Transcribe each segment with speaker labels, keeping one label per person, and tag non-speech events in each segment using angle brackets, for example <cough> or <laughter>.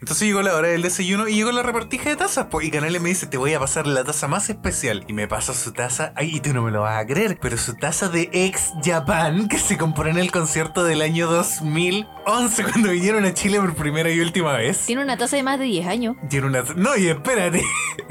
Speaker 1: Entonces llegó la hora del desayuno y llegó la repartija de tazas. po, y Canales me dice, te voy a pasar la taza más especial. Y me pasa su taza, ay, y tú no me lo vas a creer, pero su taza de ex Japan <laughs> que se compró en el concierto del año 2011 cuando vinieron a Chile por primera y última vez.
Speaker 2: Tiene una taza de más de 10 años.
Speaker 1: Tiene una... No, y espérate, <laughs>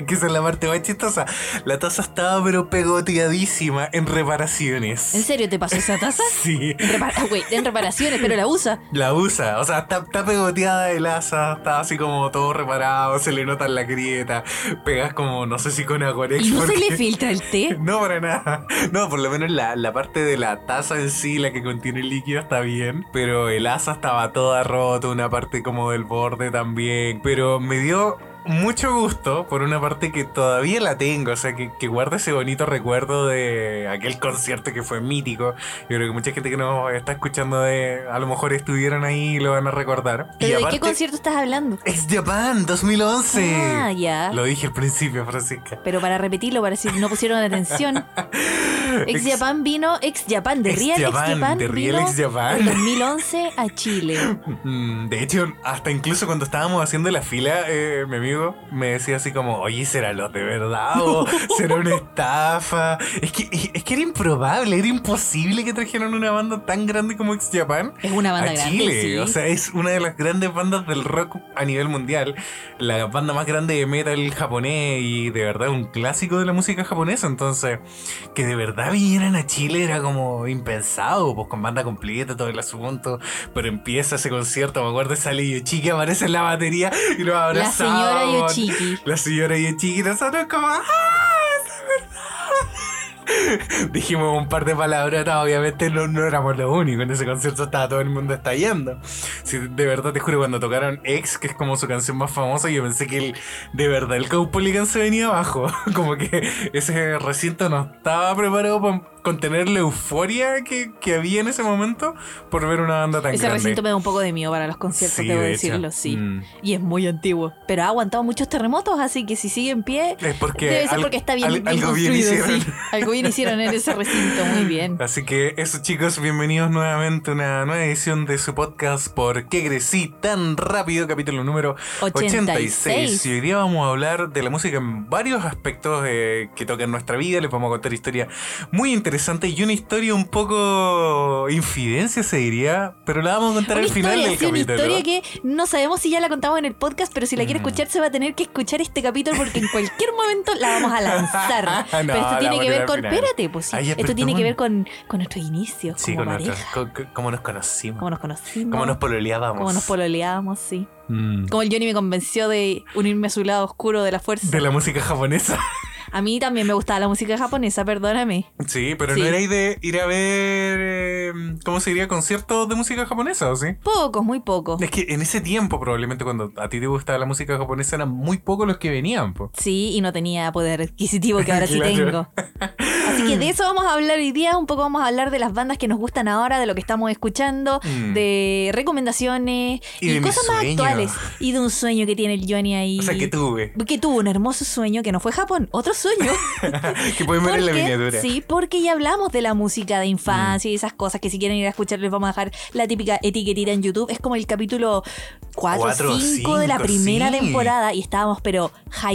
Speaker 1: que esa es la parte más chistosa. La taza estaba pero pegoteadísima en reparaciones.
Speaker 2: ¿En serio te pasó esa taza?
Speaker 1: Sí.
Speaker 2: En repar- güey, en reparaciones, pero la usa.
Speaker 1: La usa, o sea, está, está pegoteada de laza, está así como todo reparado, se le nota la grieta, pegas como, no sé si con acuarex.
Speaker 2: ¿Y no se
Speaker 1: porque-
Speaker 2: le filtra el té?
Speaker 1: <laughs> No, para nada. No, por lo menos la, la parte de la taza en sí, la que contiene el líquido, está bien. Pero el asa estaba toda rota, una parte como del borde también. Pero me dio mucho gusto por una parte que todavía la tengo. O sea, que, que guardo ese bonito recuerdo de aquel concierto que fue mítico. Yo creo que mucha gente que nos está escuchando de... A lo mejor estuvieron ahí y lo van a recordar. y
Speaker 2: ¿Pero de
Speaker 1: aparte,
Speaker 2: qué concierto estás hablando?
Speaker 1: Ex Japan 2011.
Speaker 2: Ah, ya.
Speaker 1: Lo dije al principio, Francisca.
Speaker 2: Pero para repetirlo, para si no
Speaker 1: <laughs>
Speaker 2: pusieron atención. Ex
Speaker 1: Ex-
Speaker 2: Japan vino, ex Japan, de
Speaker 1: Ex
Speaker 2: Real Ex
Speaker 1: Japan,
Speaker 2: Japan.
Speaker 1: The Real
Speaker 2: vino
Speaker 1: Ex Japan.
Speaker 2: En 2011 a Chile.
Speaker 1: Mm, De hecho, hasta incluso cuando estábamos haciendo la fila, eh, mi amigo me decía así como, oye, ¿será los de verdad? ¿O será una estafa? Es que, es es que era improbable, era imposible que trajeran una banda tan grande como X Japan
Speaker 2: Es una
Speaker 1: a
Speaker 2: banda grande.
Speaker 1: Chile.
Speaker 2: sí.
Speaker 1: O sea, es una de las grandes bandas del rock a nivel mundial. La banda más grande de metal japonés y de verdad un clásico de la música japonesa. Entonces, que de verdad vinieran a Chile era como impensado, pues con banda completa, todo el asunto. Pero empieza ese concierto, me acuerdo, sale Yoshiki, aparece en la batería y lo
Speaker 2: la
Speaker 1: abrazaba.
Speaker 2: señora Yoshiki.
Speaker 1: La señora Yoshiki, nosotros como... ¡Ah! es verdad". <laughs> Dijimos un par de palabrotas, obviamente no, no éramos los únicos, en ese concierto estaba todo el mundo estallando. Sí, de verdad te juro, cuando tocaron X, que es como su canción más famosa, yo pensé que el- de verdad el Caupolicán se venía abajo. <laughs> Como que ese recinto no estaba preparado para contener la euforia que, que había en ese momento por ver una banda tan
Speaker 2: Ese
Speaker 1: grande.
Speaker 2: recinto me da un poco de miedo para los conciertos, debo
Speaker 1: de hecho.
Speaker 2: decirlo, sí.
Speaker 1: Mm.
Speaker 2: Y es muy antiguo. Pero ha aguantado muchos terremotos, así que si sigue en pie,
Speaker 1: Es porque
Speaker 2: debe ser
Speaker 1: al-
Speaker 2: porque está bien,
Speaker 1: al-
Speaker 2: bien
Speaker 1: algo bien
Speaker 2: construido,
Speaker 1: hicieron.
Speaker 2: sí. Algo bien hicieron en ese recinto,
Speaker 1: <laughs>
Speaker 2: muy bien.
Speaker 1: Así que eso chicos, bienvenidos nuevamente a una nueva edición de su podcast ¿Por qué crecí tan rápido? Capítulo número 86. Y hoy día vamos a hablar de la música en varios aspectos eh, que tocan nuestra vida. Les vamos a contar historias muy interesantes y una historia un poco infidencia se diría, pero la vamos a contar
Speaker 2: Una
Speaker 1: al final
Speaker 2: historia,
Speaker 1: del
Speaker 2: sí, una
Speaker 1: capítulo. <laughs>
Speaker 2: historia que no sabemos si ya la contamos en el podcast, pero si la quiere
Speaker 1: Mm.
Speaker 2: escuchar se va a tener que escuchar este capítulo porque en cualquier momento la vamos a lanzar.
Speaker 1: No, <laughs>
Speaker 2: pero esto
Speaker 1: la vamos
Speaker 2: tiene que
Speaker 1: a
Speaker 2: ver
Speaker 1: tirar
Speaker 2: con...
Speaker 1: al final.
Speaker 2: Espérate, pues sí.
Speaker 1: Ay, ya,
Speaker 2: Esto
Speaker 1: pero
Speaker 2: tiene
Speaker 1: toma.
Speaker 2: que ver con, con nuestros inicios
Speaker 1: Sí,
Speaker 2: como
Speaker 1: con
Speaker 2: pareja,
Speaker 1: nuestro- co- co- cómo nos conocimos,
Speaker 2: cómo nos conocimos,
Speaker 1: cómo nos pololeábamos.
Speaker 2: cómo nos pololeábamos, sí.
Speaker 1: Mm.
Speaker 2: Como el Johnny me convenció de unirme a su lado oscuro de la fuerza.
Speaker 1: De la música japonesa.
Speaker 2: A mí también me gustaba la música japonesa, perdóname.
Speaker 1: Sí, pero
Speaker 2: Sí.
Speaker 1: no era de ir a ver, eh, ¿cómo se diría? Conciertos de música japonesa, ¿o sí?
Speaker 2: Pocos, muy pocos.
Speaker 1: Es que en ese tiempo, probablemente cuando a ti te gustaba la música japonesa, eran muy pocos los que venían, po.
Speaker 2: Sí, y no tenía poder adquisitivo que ahora sí
Speaker 1: Claro.
Speaker 2: tengo. Así que de eso vamos a hablar hoy día. Un poco vamos a hablar de las bandas que nos gustan ahora, de lo que estamos escuchando,
Speaker 1: Mm.
Speaker 2: de recomendaciones
Speaker 1: Y
Speaker 2: y,
Speaker 1: de mis
Speaker 2: cosas más
Speaker 1: sueños.
Speaker 2: actuales. Y de un sueño que tiene el Johnny ahí.
Speaker 1: O sea, que tuve.
Speaker 2: que tuvo un hermoso sueño que no fue Japón, otro
Speaker 1: <laughs>
Speaker 2: sueño.
Speaker 1: que pueden ver en la
Speaker 2: Porque-
Speaker 1: miniatura. Mm.
Speaker 2: Sí, porque ya hablamos de la música de infancia y esas cosas que si quieren ir a escuchar les vamos a dejar la típica etiquetita en YouTube. Es como el capítulo 4
Speaker 1: Cuatro,
Speaker 2: 5, de la
Speaker 1: cinco,
Speaker 2: primera
Speaker 1: sí.
Speaker 2: temporada y estábamos pero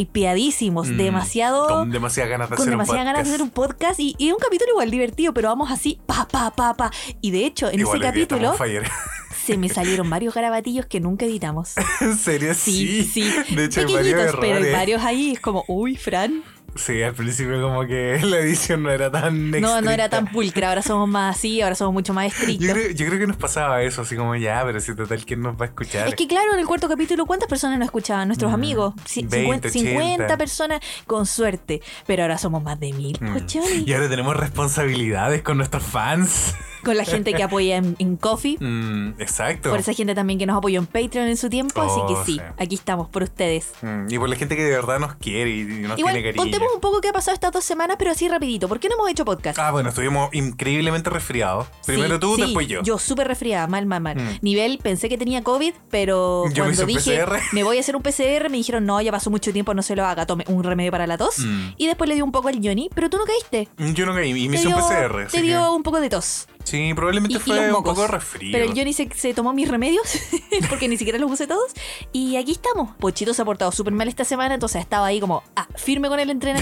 Speaker 2: hypeadísimos,
Speaker 1: Mm,
Speaker 2: demasiado
Speaker 1: Con demasiadas ganas de
Speaker 2: con
Speaker 1: hacer
Speaker 2: demasiadas
Speaker 1: un
Speaker 2: ganas de hacer un podcast y, y un capítulo igual divertido, pero vamos así, pa, pa, pa, pa. Y de hecho, en
Speaker 1: Igual
Speaker 2: ese
Speaker 1: hoy día
Speaker 2: capítulo
Speaker 1: estamos fire. <laughs>
Speaker 2: se me salieron varios garabatillos que nunca editamos.
Speaker 1: en serio, sí.
Speaker 2: Sí, sí.
Speaker 1: De hecho, hay varios
Speaker 2: Pequeñitos, pero hay
Speaker 1: errores.
Speaker 2: varios ahí. Es como, uy, Fran.
Speaker 1: Sí, al principio como que <laughs> la edición no era tan
Speaker 2: No, no era
Speaker 1: estricta.
Speaker 2: tan pulcra. Ahora somos más así, ahora somos mucho más
Speaker 1: Yo
Speaker 2: estrictos.
Speaker 1: creo, yo creo que nos pasaba eso, así como ya, pero si total, ¿quién nos va a escuchar?
Speaker 2: Es que claro, en el cuarto capítulo, ¿cuántas personas nos escuchaban? Nuestros
Speaker 1: Mm,
Speaker 2: amigos. Ci-
Speaker 1: 20,
Speaker 2: 50,
Speaker 1: 80.
Speaker 2: personas, con suerte. Pero ahora somos más de mil,
Speaker 1: Mm.
Speaker 2: pues, Johnny.
Speaker 1: Y ahora tenemos responsabilidades con nuestros fans.
Speaker 2: Con la gente que apoya en,
Speaker 1: <laughs>
Speaker 2: en Coffee.
Speaker 1: Mm, exacto.
Speaker 2: Por esa gente también que nos apoyó en Patreon en su tiempo. así
Speaker 1: Oh,
Speaker 2: que sí,
Speaker 1: sí.
Speaker 2: aquí estamos por ustedes.
Speaker 1: Mm, y por la gente que de verdad nos quiere y y nos
Speaker 2: Igual,
Speaker 1: tiene cariño.
Speaker 2: contemos un poco qué ha pasado estas dos semanas, pero así rapidito. ¿Por qué no hemos hecho podcast?
Speaker 1: Ah, bueno, estuvimos increíblemente resfriados. Primero
Speaker 2: Sí,
Speaker 1: tú,
Speaker 2: sí,
Speaker 1: después yo.
Speaker 2: Yo súper resfriada, mal, mal, mal.
Speaker 1: Mm.
Speaker 2: Nivel, pensé que tenía COVID, pero
Speaker 1: Yo me hice un
Speaker 2: cuando dije,
Speaker 1: PCR.
Speaker 2: me voy a hacer un PCR, me dijeron, no, ya pasó mucho tiempo, no se lo haga, tome un remedio para la tos.
Speaker 1: Mm.
Speaker 2: Y después le dio un poco al Johnny, pero tú no caíste.
Speaker 1: Yo no caí, y me
Speaker 2: Te
Speaker 1: hice un
Speaker 2: dio-
Speaker 1: PCR.
Speaker 2: Te
Speaker 1: así que-
Speaker 2: dio un poco de tos.
Speaker 1: Sí, probablemente
Speaker 2: Y- y los
Speaker 1: fue un
Speaker 2: mocos.
Speaker 1: poco resfrío.
Speaker 2: Pero el Johnny se, se tomó mis remedios <laughs> porque ni siquiera los usé todos. Y aquí estamos. Pochito se ha portado súper mal esta semana, entonces estaba ahí como ah, firme con
Speaker 1: <laughs>
Speaker 2: el entrenamiento.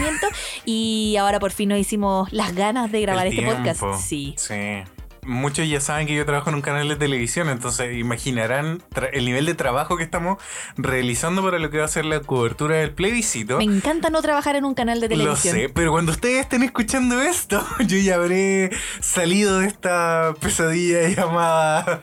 Speaker 2: y ahora por fin nos hicimos las ganas de grabar
Speaker 1: El
Speaker 2: este podcast.
Speaker 1: tiempo.
Speaker 2: Sí.
Speaker 1: Sí. Muchos ya saben que yo trabajo en un canal de televisión, entonces imaginarán tra- el nivel de trabajo que estamos realizando para lo que va a ser la cobertura del plebiscito.
Speaker 2: Me encanta no trabajar en un canal de
Speaker 1: Lo
Speaker 2: televisión.
Speaker 1: sé, pero cuando ustedes estén escuchando esto, <laughs> yo ya habré salido de esta pesadilla <laughs> llamada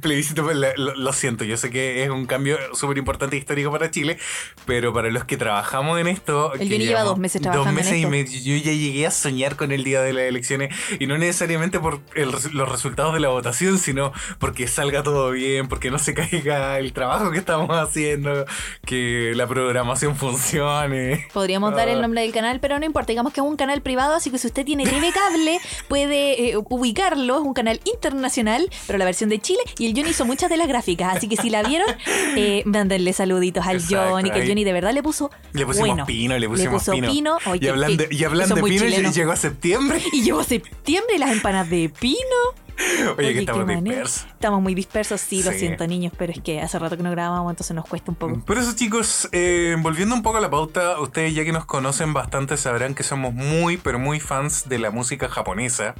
Speaker 1: plebiscito. Pues la- Lo, lo siento, yo sé que es un cambio súper importante e histórico para Chile, pero para los que trabajamos en esto...
Speaker 2: El
Speaker 1: que
Speaker 2: Johnny lleva
Speaker 1: llevamos
Speaker 2: dos meses trabajando en
Speaker 1: Dos meses
Speaker 2: esto.
Speaker 1: y medio, yo ya llegué a soñar con el día de las elecciones, y no necesariamente por el res- los resultados de la votación, sino porque salga todo bien, porque no se caiga el trabajo que estamos haciendo, que la programación funcione.
Speaker 2: Podríamos dar el
Speaker 1: Ah.
Speaker 2: nombre del canal, pero no importa. Digamos que es un canal privado, así que si usted tiene
Speaker 1: <laughs>
Speaker 2: TV cable, puede eh, ubicarlo. Es un canal internacional, pero la versión de Chile. Y el Johnny hizo muchas de las gráficas, así que si
Speaker 1: <laughs>
Speaker 2: la vieron, eh, mándenle saluditos al
Speaker 1: Exacto,
Speaker 2: Johnny, que el
Speaker 1: ahí-
Speaker 2: Johnny de verdad le puso.
Speaker 1: Le pusimos
Speaker 2: bueno.
Speaker 1: pino, le
Speaker 2: Le
Speaker 1: pusimos
Speaker 2: puso
Speaker 1: pino.
Speaker 2: pino. Oye,
Speaker 1: Y hablando,
Speaker 2: que-
Speaker 1: y hablando
Speaker 2: eso
Speaker 1: de
Speaker 2: es muy
Speaker 1: pino,
Speaker 2: chileno.
Speaker 1: ll- llegó a septiembre. <laughs>
Speaker 2: Y llegó septiembre y las empanadas de pino. pues,
Speaker 1: Oye,
Speaker 2: qué
Speaker 1: que estamos
Speaker 2: manera.
Speaker 1: dispersos.
Speaker 2: Estamos muy dispersos, sí, lo
Speaker 1: Sí.
Speaker 2: siento, niños, pero es que hace rato que no grabábamos, entonces nos cuesta un poco.
Speaker 1: Por eso, chicos, eh, volviendo un poco a la pauta, ustedes ya que nos conocen bastante sabrán que somos muy, pero muy fans de la música japonesa.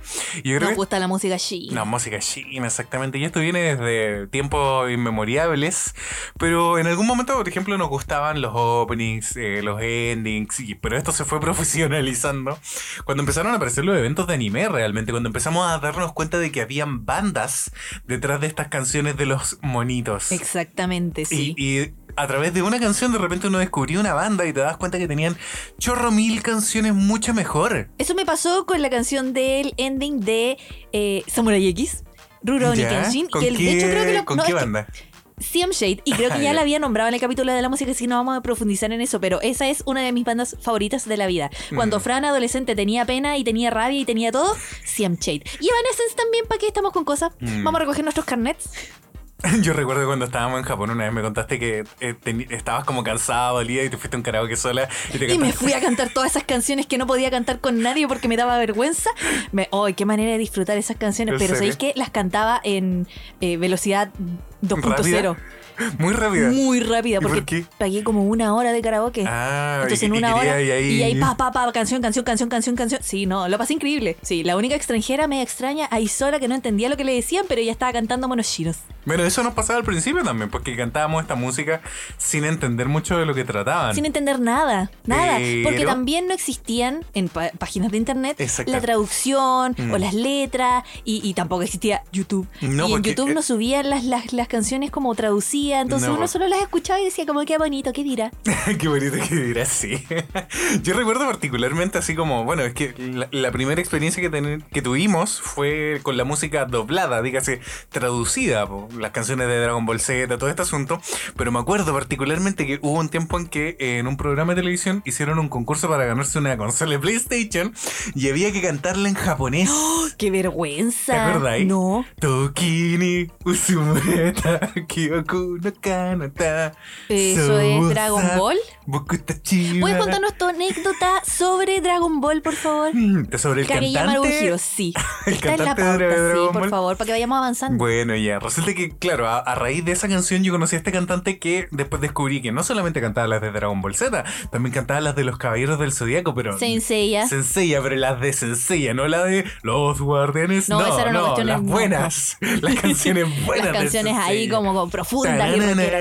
Speaker 1: Y yo creo
Speaker 2: Nos
Speaker 1: que
Speaker 2: gusta la música china.
Speaker 1: La música china, exactamente. Y esto viene desde tiempos inmemoriales. Pero en algún momento, por ejemplo, nos gustaban los openings, eh, los endings. y- pero esto se fue <laughs> profesionalizando. Cuando empezaron a aparecer los eventos de anime, realmente. Cuando empezamos a darnos cuenta de que habían bandas detrás de estas canciones de los monitos.
Speaker 2: Exactamente, sí.
Speaker 1: Y, y a través de una canción, de repente uno descubrió una banda y te das cuenta que tenían chorro mil canciones mucho mejor.
Speaker 2: Eso me pasó con la canción del ending de eh, Samurai X. Rurouni
Speaker 1: ¿Ya?
Speaker 2: Kenshin.
Speaker 1: ¿Con
Speaker 2: que el-
Speaker 1: qué,
Speaker 2: de hecho creo que la,
Speaker 1: ¿con
Speaker 2: no,
Speaker 1: qué
Speaker 2: es que
Speaker 1: banda?
Speaker 2: CM Shade. Y creo que
Speaker 1: <laughs>
Speaker 2: ya
Speaker 1: Ya.
Speaker 2: la había nombrado en el capítulo de la música, así que no vamos a profundizar en eso. Pero esa es una de mis bandas favoritas de la vida. Cuando
Speaker 1: Mm.
Speaker 2: Fran adolescente tenía pena y tenía rabia y tenía todo, CM Shade. Y Evanescence también, ¿para qué estamos con cosas?
Speaker 1: Mm.
Speaker 2: Vamos a recoger nuestros carnets.
Speaker 1: <laughs> Yo recuerdo cuando estábamos en Japón una vez me contaste que eh, teni- estabas como cansada, dolida y te fuiste a un karaoke sola y te
Speaker 2: Y me
Speaker 1: cantaste.
Speaker 2: fui a cantar todas esas canciones que no podía cantar con nadie porque me daba vergüenza. Me, ¡Ay, qué manera de disfrutar esas canciones!
Speaker 1: ¿En
Speaker 2: Pero
Speaker 1: serio?
Speaker 2: sabéis que las cantaba en eh, velocidad 2.0.
Speaker 1: muy rápida.
Speaker 2: Muy rápida,
Speaker 1: ¿Y por
Speaker 2: porque
Speaker 1: qué?
Speaker 2: pagué como una hora de karaoke.
Speaker 1: Ah,
Speaker 2: Entonces
Speaker 1: y-
Speaker 2: en
Speaker 1: y
Speaker 2: una
Speaker 1: quería-
Speaker 2: hora
Speaker 1: y ahí,
Speaker 2: y ahí pa, pa, pa, canción, canción, canción, canción, canción. Sí, no, lo pasé increíble. Sí, la única extranjera me extraña ahí sola que no entendía lo que le decían, pero ya estaba cantando monos chinos.
Speaker 1: Bueno, eso nos pasaba al principio también, porque cantábamos esta música sin entender mucho de lo que trataban.
Speaker 2: Sin entender nada, nada. Porque
Speaker 1: Pero-
Speaker 2: también no existían en pa- páginas de internet
Speaker 1: Exacto.
Speaker 2: la traducción
Speaker 1: Mm.
Speaker 2: o las letras y, y tampoco existía YouTube.
Speaker 1: No,
Speaker 2: y en
Speaker 1: porque- eh,
Speaker 2: YouTube no subían las, las, las canciones como traducía, entonces
Speaker 1: No,
Speaker 2: uno
Speaker 1: porque-
Speaker 2: solo las escuchaba y decía como qué bonito,
Speaker 1: <gasps>
Speaker 2: qué dirá. <gasps>
Speaker 1: <laughs> Qué bonito que dirás, sí. <laughs> Yo recuerdo particularmente así como, bueno, es que la, la primera experiencia que, ten- que tuvimos fue con la música doblada, dígase, traducida, po, las canciones de Dragon Ball Z, todo este asunto, pero me acuerdo particularmente que hubo un tiempo en que eh, en un programa de televisión hicieron un concurso para ganarse una consola de PlayStation y había que cantarla en japonés.
Speaker 2: ¡Qué vergüenza!
Speaker 1: ¿Te acordáis?
Speaker 2: No.
Speaker 1: Tokini usumureta kyoku no kanata.
Speaker 2: Eso es
Speaker 1: sousa,
Speaker 2: Dragon Ball.
Speaker 1: boku tachiwa.
Speaker 2: ¿Puedes contarnos tu anécdota sobre Dragon Ball, por favor?
Speaker 1: Mm, <clears throat> Sobre el
Speaker 2: Kageyama Rugido,
Speaker 1: cantante.
Speaker 2: sí.
Speaker 1: <laughs> El
Speaker 2: Está en la
Speaker 1: cantante
Speaker 2: pauta,
Speaker 1: de Dragon
Speaker 2: sí, por
Speaker 1: Ball.
Speaker 2: favor, para que vayamos avanzando.
Speaker 1: Bueno, ya. Resulta que, claro, a, a raíz de esa canción yo conocí a este cantante que después descubrí que no solamente cantaba las de Dragon Ball Z, también cantaba las de los Caballeros del Zodiaco, pero.
Speaker 2: Senseiya.
Speaker 1: Sencilla, pero las de Sencilla, no la de Los Guardianes.
Speaker 2: No,
Speaker 1: No,
Speaker 2: esa era una
Speaker 1: no,
Speaker 2: cuestión
Speaker 1: las
Speaker 2: en-
Speaker 1: buenas. Las canciones buenas.
Speaker 2: <laughs> Las
Speaker 1: de
Speaker 2: canciones ahí
Speaker 1: Sencilla.
Speaker 2: como, como profundas. que uno quiera.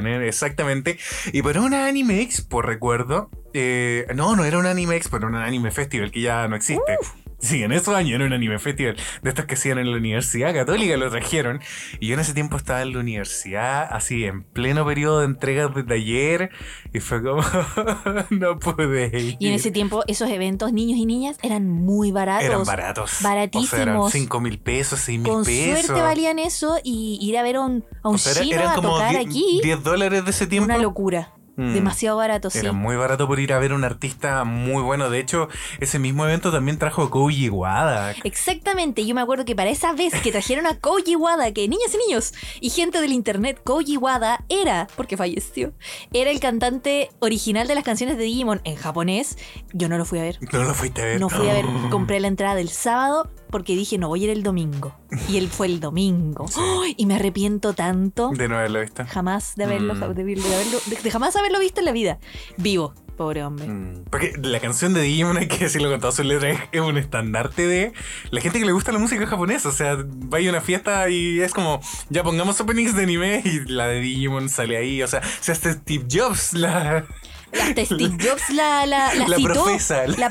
Speaker 1: Exactamente. Y para una anime expo, recuerdo. eh, no, no era un anime expo, era un anime festival que ya no existe.
Speaker 2: Uh.
Speaker 1: Sí, en esos años era un anime festival. De estos que hacían en la Universidad Católica lo trajeron. Y yo en ese tiempo estaba en la universidad, así en pleno periodo de entregas de taller. Y fue como, <laughs> no pude ir.
Speaker 2: Y en ese tiempo, esos eventos, niños y niñas, eran muy baratos.
Speaker 1: Eran baratos.
Speaker 2: baratísimos.
Speaker 1: O sea, eran 5 mil pesos, 6 mil
Speaker 2: Con
Speaker 1: pesos.
Speaker 2: suerte valían eso y ir a ver a un, a un
Speaker 1: O sea, era-
Speaker 2: chino
Speaker 1: eran
Speaker 2: a
Speaker 1: como
Speaker 2: tocar
Speaker 1: 10
Speaker 2: aquí.
Speaker 1: 10 dólares de ese tiempo.
Speaker 2: Una locura.
Speaker 1: Mm, Mm.
Speaker 2: Demasiado barato, sí.
Speaker 1: Era muy barato por ir a ver a un artista muy bueno. De hecho, ese mismo evento también trajo a Koji Wada.
Speaker 2: Exactamente, yo me acuerdo que para esa vez que trajeron a Koji Wada, que niñas y niños y gente del internet, Koji Wada era, porque falleció, era el cantante original de las canciones de Digimon en japonés. Yo no lo fui a ver.
Speaker 1: No lo fuiste a ver.
Speaker 2: No fui
Speaker 1: <gasps>
Speaker 2: a ver, compré la entrada del sábado porque dije no voy a ir el domingo. Y él fue el domingo. ¡Ay! Y me arrepiento tanto
Speaker 1: De no haberlo visto.
Speaker 2: jamás de haberlo,
Speaker 1: Mm.
Speaker 2: de, de haberlo- de- de jamás haberlo visto en la vida. Vivo, pobre hombre.
Speaker 1: Mm. Porque la canción de Digimon, hay que decirlo con todas sus letras, es- es un estandarte de la gente que le gusta la música japonesa. O sea, va a una fiesta y es como, ya pongamos openings de anime y la de Digimon sale ahí. O sea, si hasta Steve Jobs la...
Speaker 2: Hasta Steve Jobs la, la, la
Speaker 1: La
Speaker 2: citó.
Speaker 1: profesa.
Speaker 2: La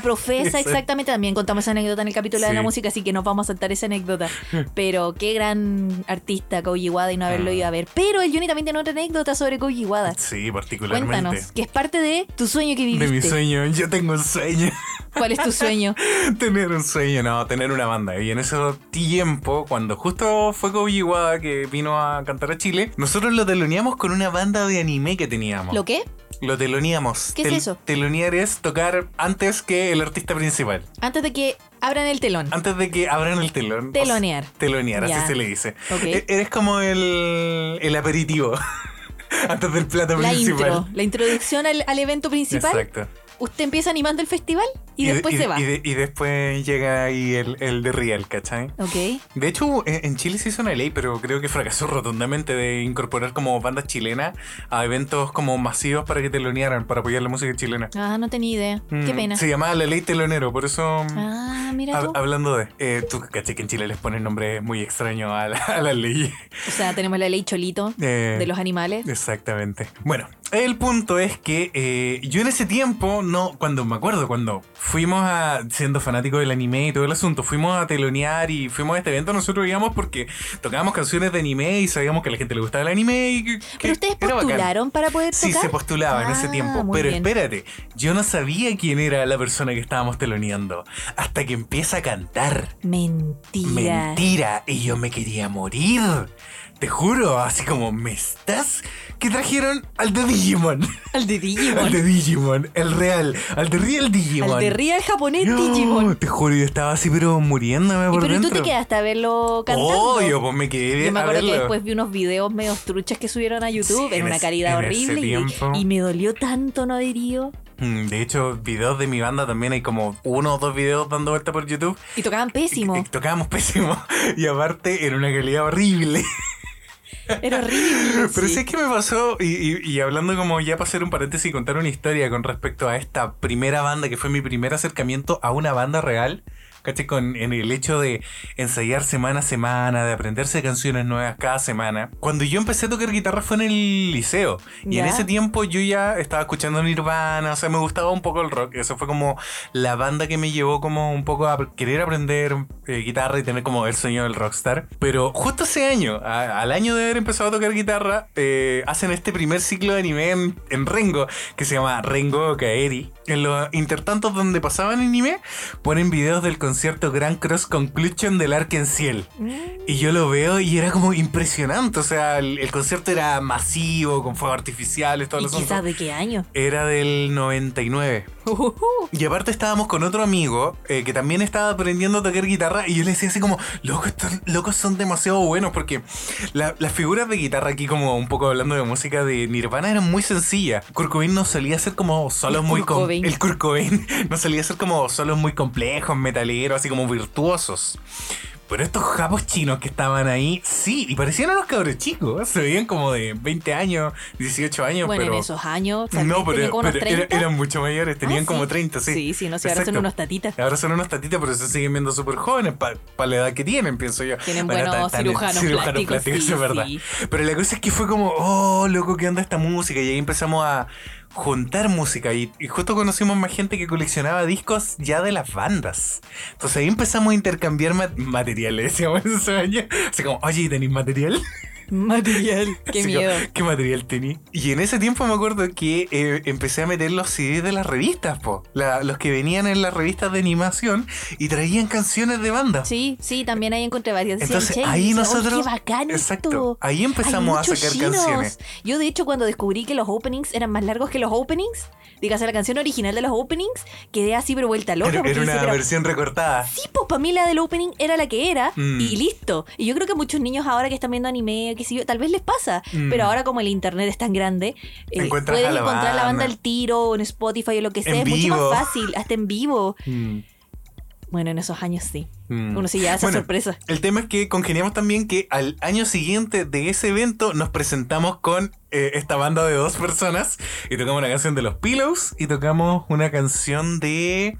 Speaker 1: Esa.
Speaker 2: profesa, exactamente. También contamos esa anécdota en el capítulo de la
Speaker 1: Sí.
Speaker 2: música, así que nos vamos a saltar esa anécdota. Pero qué gran artista Koji Wada y no haberlo
Speaker 1: Ah.
Speaker 2: ido a ver. Pero el Johnny también tiene otra anécdota sobre Koji Wada.
Speaker 1: Sí, particularmente.
Speaker 2: Cuéntanos, que es parte de tu sueño que viviste.
Speaker 1: De mi sueño, yo tengo un sueño.
Speaker 2: ¿Cuál es
Speaker 1: <laughs>
Speaker 2: tu sueño?
Speaker 1: tener un sueño, no, tener una banda. Y en ese tiempo, cuando justo fue Koji Iwada que vino a cantar a Chile, nosotros lo teloneamos con una banda de anime que teníamos.
Speaker 2: ¿Lo qué?
Speaker 1: Lo teloneamos.
Speaker 2: ¿Qué es eso?
Speaker 1: Telonear es tocar antes que el artista principal.
Speaker 2: Antes de que abran el telón.
Speaker 1: Antes de que abran el telón. O sea, <laughs>
Speaker 2: Telonear.
Speaker 1: telonear,
Speaker 2: Ya.
Speaker 1: así se le dice.
Speaker 2: Ok.
Speaker 1: E- Eres como el, el aperitivo. <laughs> antes del plato
Speaker 2: La
Speaker 1: principal.
Speaker 2: intro, la introducción al, al evento principal.
Speaker 1: Exacto.
Speaker 2: Usted empieza animando el festival y,
Speaker 1: de-
Speaker 2: después
Speaker 1: y de-
Speaker 2: se va.
Speaker 1: Y, de- y después llega ahí el, el de Real, ¿cachai?
Speaker 2: ok.
Speaker 1: De hecho, en en Chile se hizo una ley, pero creo que fracasó <laughs> rotundamente de incorporar como bandas chilenas a eventos como masivos para que telonearan, para apoyar la música chilena.
Speaker 2: Ah, no tenía idea. Qué
Speaker 1: Mm,
Speaker 2: pena.
Speaker 1: Se llamaba la ley telonero, por eso... mm,
Speaker 2: Ah, mira
Speaker 1: hab-
Speaker 2: tú.
Speaker 1: hablando de... eh, tú caché que en Chile les ponen nombres muy extraños a la, <laughs> a la ley.
Speaker 2: O sea, tenemos la ley Cholito
Speaker 1: Eh,
Speaker 2: de los animales.
Speaker 1: Exactamente. Bueno, el punto es que eh, yo en ese tiempo, no, cuando me acuerdo, cuando fuimos a, siendo fanáticos del anime y todo el asunto, fuimos a telonear y fuimos a este evento, nosotros íbamos porque tocábamos canciones de anime y sabíamos que a la gente le gustaba el anime y que, que
Speaker 2: Pero ustedes
Speaker 1: era bacán.
Speaker 2: postularon para poder
Speaker 1: Sí,
Speaker 2: tocar.
Speaker 1: se postulaba en ese
Speaker 2: Ah,
Speaker 1: tiempo.
Speaker 2: muy
Speaker 1: Pero
Speaker 2: bien.
Speaker 1: espérate, yo no sabía quién era la persona que estábamos teloneando hasta que empieza a cantar.
Speaker 2: Mentira.
Speaker 1: Mentira, y yo me quería morir. Te juro, así como me estás, que trajeron al de Digimon. <laughs>
Speaker 2: Al de
Speaker 1: Al
Speaker 2: Digimon.
Speaker 1: de Digimon, el real, al de real Digimon.
Speaker 2: Al de Real japonés
Speaker 1: No,
Speaker 2: Digimon.
Speaker 1: Te juro, yo estaba así, pero muriéndome
Speaker 2: Y
Speaker 1: por
Speaker 2: pero tú
Speaker 1: dentro.
Speaker 2: te quedaste a verlo cantando.
Speaker 1: Obvio, pues me quedé
Speaker 2: Yo me
Speaker 1: a
Speaker 2: acuerdo que
Speaker 1: verlo.
Speaker 2: después vi unos videos medio truchas que subieron a
Speaker 1: Sí,
Speaker 2: YouTube en
Speaker 1: en
Speaker 2: una
Speaker 1: ese-
Speaker 2: calidad
Speaker 1: en ese
Speaker 2: horrible y-
Speaker 1: tiempo.
Speaker 2: y, me dolió tanto, no diría.
Speaker 1: Mm, De hecho, videos de mi banda también hay como uno o dos videos dando vuelta por YouTube.
Speaker 2: Y tocaban
Speaker 1: y- <laughs>
Speaker 2: pésimo,
Speaker 1: y tocábamos pésimo. Y aparte, en una calidad horrible.
Speaker 2: era horrible.
Speaker 1: Pero
Speaker 2: sí.
Speaker 1: sí. es que me pasó, y, y- y hablando como ya para hacer un paréntesis y contar una historia con respecto a esta primera banda, que fue mi primer acercamiento a una banda real, ¿cachai? Con, en el hecho de ensayar semana a semana, de aprenderse canciones nuevas cada semana. Cuando yo empecé a tocar guitarra fue en el liceo, y en
Speaker 2: Ya.
Speaker 1: ese tiempo yo ya estaba escuchando Nirvana, o sea, me gustaba un poco el rock, eso fue como la banda que me llevó como un poco a querer aprender eh, guitarra y tener como el sueño del rockstar. Pero justo ese año, a- al año de haber empezado a tocar guitarra, eh, hacen este primer ciclo de anime en, en Rengo, que se llama Rengo Kaeri. En los intertantos donde pasaban anime, ponen videos del concierto Grand Cross Conclusion del Arkenciel.
Speaker 2: Mm,
Speaker 1: Y yo lo veo y era como impresionante. O sea, el, el concierto era masivo, con fuegos artificiales, todo
Speaker 2: ¿Y
Speaker 1: lo
Speaker 2: quizás de
Speaker 1: <laughs>
Speaker 2: qué año?
Speaker 1: Era del 99.
Speaker 2: Ujujú.
Speaker 1: Y aparte estábamos con otro amigo eh, que también estaba aprendiendo a tocar guitarra y yo le decía así como, loco, estos locos son demasiado buenos porque la- las figuras de guitarra aquí como un poco hablando de música de Nirvana eran muy sencillas. Kurt Cobain no solía ser como solos
Speaker 2: El
Speaker 1: muy...
Speaker 2: Kurt
Speaker 1: com-
Speaker 2: Cobain.
Speaker 1: El Kurt Cobain <laughs> no solía ser como solos muy complejos, metaleros, así como virtuosos. Pero estos japos chinos que estaban ahí, sí, y parecían unos cabros chicos. Se veían como de 20 años, 18 años,
Speaker 2: Bueno,
Speaker 1: pero...
Speaker 2: en esos años, tal vez
Speaker 1: no,
Speaker 2: tenía
Speaker 1: pero,
Speaker 2: como unos
Speaker 1: pero era-
Speaker 2: 30.
Speaker 1: eran mucho mayores, tenían
Speaker 2: Ah,
Speaker 1: como
Speaker 2: sí.
Speaker 1: 30, sí.
Speaker 2: Sí, sí, no sé, ahora son
Speaker 1: Exacto.
Speaker 2: unos tatitas.
Speaker 1: Ahora son unos tatitas, pero se siguen viendo súper jóvenes para la edad que tienen, pienso yo.
Speaker 2: Tienen
Speaker 1: Bueno,
Speaker 2: buenos
Speaker 1: tan- tan-
Speaker 2: cirujanos, plásticos. sí,
Speaker 1: es verdad.
Speaker 2: sí.
Speaker 1: Pero la cosa es que fue como, oh, loco, ¿qué onda esta música? Y ahí empezamos a juntar música y, y justo conocimos más gente que coleccionaba discos ya de las bandas. Entonces <laughs> ahí empezamos a intercambiar ma- materiales, decíamos en esos años. Así como, oye, ¿tenéis material? <laughs>
Speaker 2: Material. Qué
Speaker 1: Así como,
Speaker 2: miedo.
Speaker 1: ¿Qué material tenía? Y en ese tiempo me acuerdo que eh, empecé a meter los CDs de las revistas, po. La- los que venían en las revistas de animación y traían canciones de bandas.
Speaker 2: Sí, sí, también ahí encontré varias. Decían,
Speaker 1: Entonces
Speaker 2: "Che", y
Speaker 1: ahí
Speaker 2: decía, "Oh,
Speaker 1: nosotros.
Speaker 2: qué bacán
Speaker 1: exacto.
Speaker 2: esto".
Speaker 1: Ahí
Speaker 2: Hay
Speaker 1: empezamos Pues a
Speaker 2: muchos
Speaker 1: sacar
Speaker 2: chinos.
Speaker 1: canciones.
Speaker 2: Yo, de hecho, cuando descubrí que los openings eran más largos que los openings, dígase la canción original de los openings, quedé así, pero vuelta loca.
Speaker 1: Era,
Speaker 2: porque
Speaker 1: era
Speaker 2: dije,
Speaker 1: una
Speaker 2: "Pero
Speaker 1: versión recortada.
Speaker 2: Sí, pues para mí la del opening era la que era
Speaker 1: Mm.
Speaker 2: y listo. Y yo creo que muchos niños ahora que están viendo anime, qué sé yo, tal vez les pasa.
Speaker 1: Mm.
Speaker 2: Pero ahora como el internet es tan grande, eh, puedes
Speaker 1: Encuentras a la
Speaker 2: encontrar la banda
Speaker 1: banda.
Speaker 2: al tiro o en Spotify o lo que sea.
Speaker 1: En
Speaker 2: es mucho
Speaker 1: vivo.
Speaker 2: más fácil, hasta en vivo.
Speaker 1: Mm,
Speaker 2: Bueno, en esos años sí.
Speaker 1: mm.
Speaker 2: Uno se lleva esa
Speaker 1: Bueno,
Speaker 2: sorpresa.
Speaker 1: El tema es que congeniamos también que al año siguiente de ese evento nos presentamos con eh, esta banda de dos personas y tocamos una canción de los Pillows y tocamos una canción de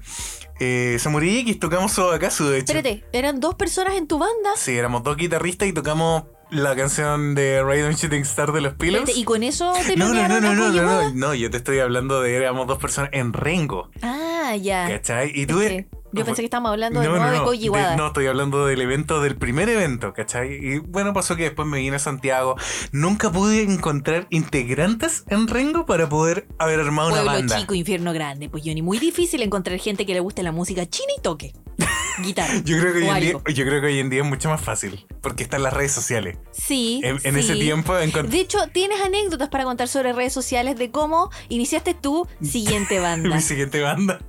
Speaker 1: eh, Samurai X, tocamos Sobakasu de hecho.
Speaker 2: Espérate, eran dos personas en tu banda.
Speaker 1: Sí, éramos dos guitarristas y tocamos la canción de Raiden Shooting Star de los Pillows.
Speaker 2: Espérate, y con eso te
Speaker 1: No, no, no,
Speaker 2: lograron
Speaker 1: no, no,
Speaker 2: a
Speaker 1: no,
Speaker 2: Kojima?
Speaker 1: no, no, yo te estoy hablando de éramos dos personas en Rengo,
Speaker 2: Ah, ya.
Speaker 1: ¿cachai? Y
Speaker 2: Ok.
Speaker 1: tuve...
Speaker 2: Yo pensé que estábamos hablando de
Speaker 1: No,
Speaker 2: nuevo
Speaker 1: no,
Speaker 2: de
Speaker 1: no.
Speaker 2: Koji
Speaker 1: De-
Speaker 2: Wada.
Speaker 1: no, estoy hablando del evento, del primer evento, ¿cachai? Y bueno, pasó que después me vine a Santiago. Nunca pude encontrar integrantes en Rengo para poder haber armado
Speaker 2: Pueblo
Speaker 1: una banda.
Speaker 2: chico, infierno grande. Pues Johnny, muy difícil encontrar gente que le guste la música china y
Speaker 1: <laughs>
Speaker 2: toque. Guitarra.
Speaker 1: Yo creo, que hoy
Speaker 2: o
Speaker 1: en día,
Speaker 2: algo.
Speaker 1: yo creo que hoy en día es mucho más fácil, porque están las redes sociales.
Speaker 2: Sí.
Speaker 1: En, en
Speaker 2: sí.
Speaker 1: ese tiempo encontré...
Speaker 2: De hecho, tienes anécdotas para contar sobre redes sociales de cómo iniciaste tu
Speaker 1: <laughs>
Speaker 2: siguiente banda.
Speaker 1: Mi siguiente banda.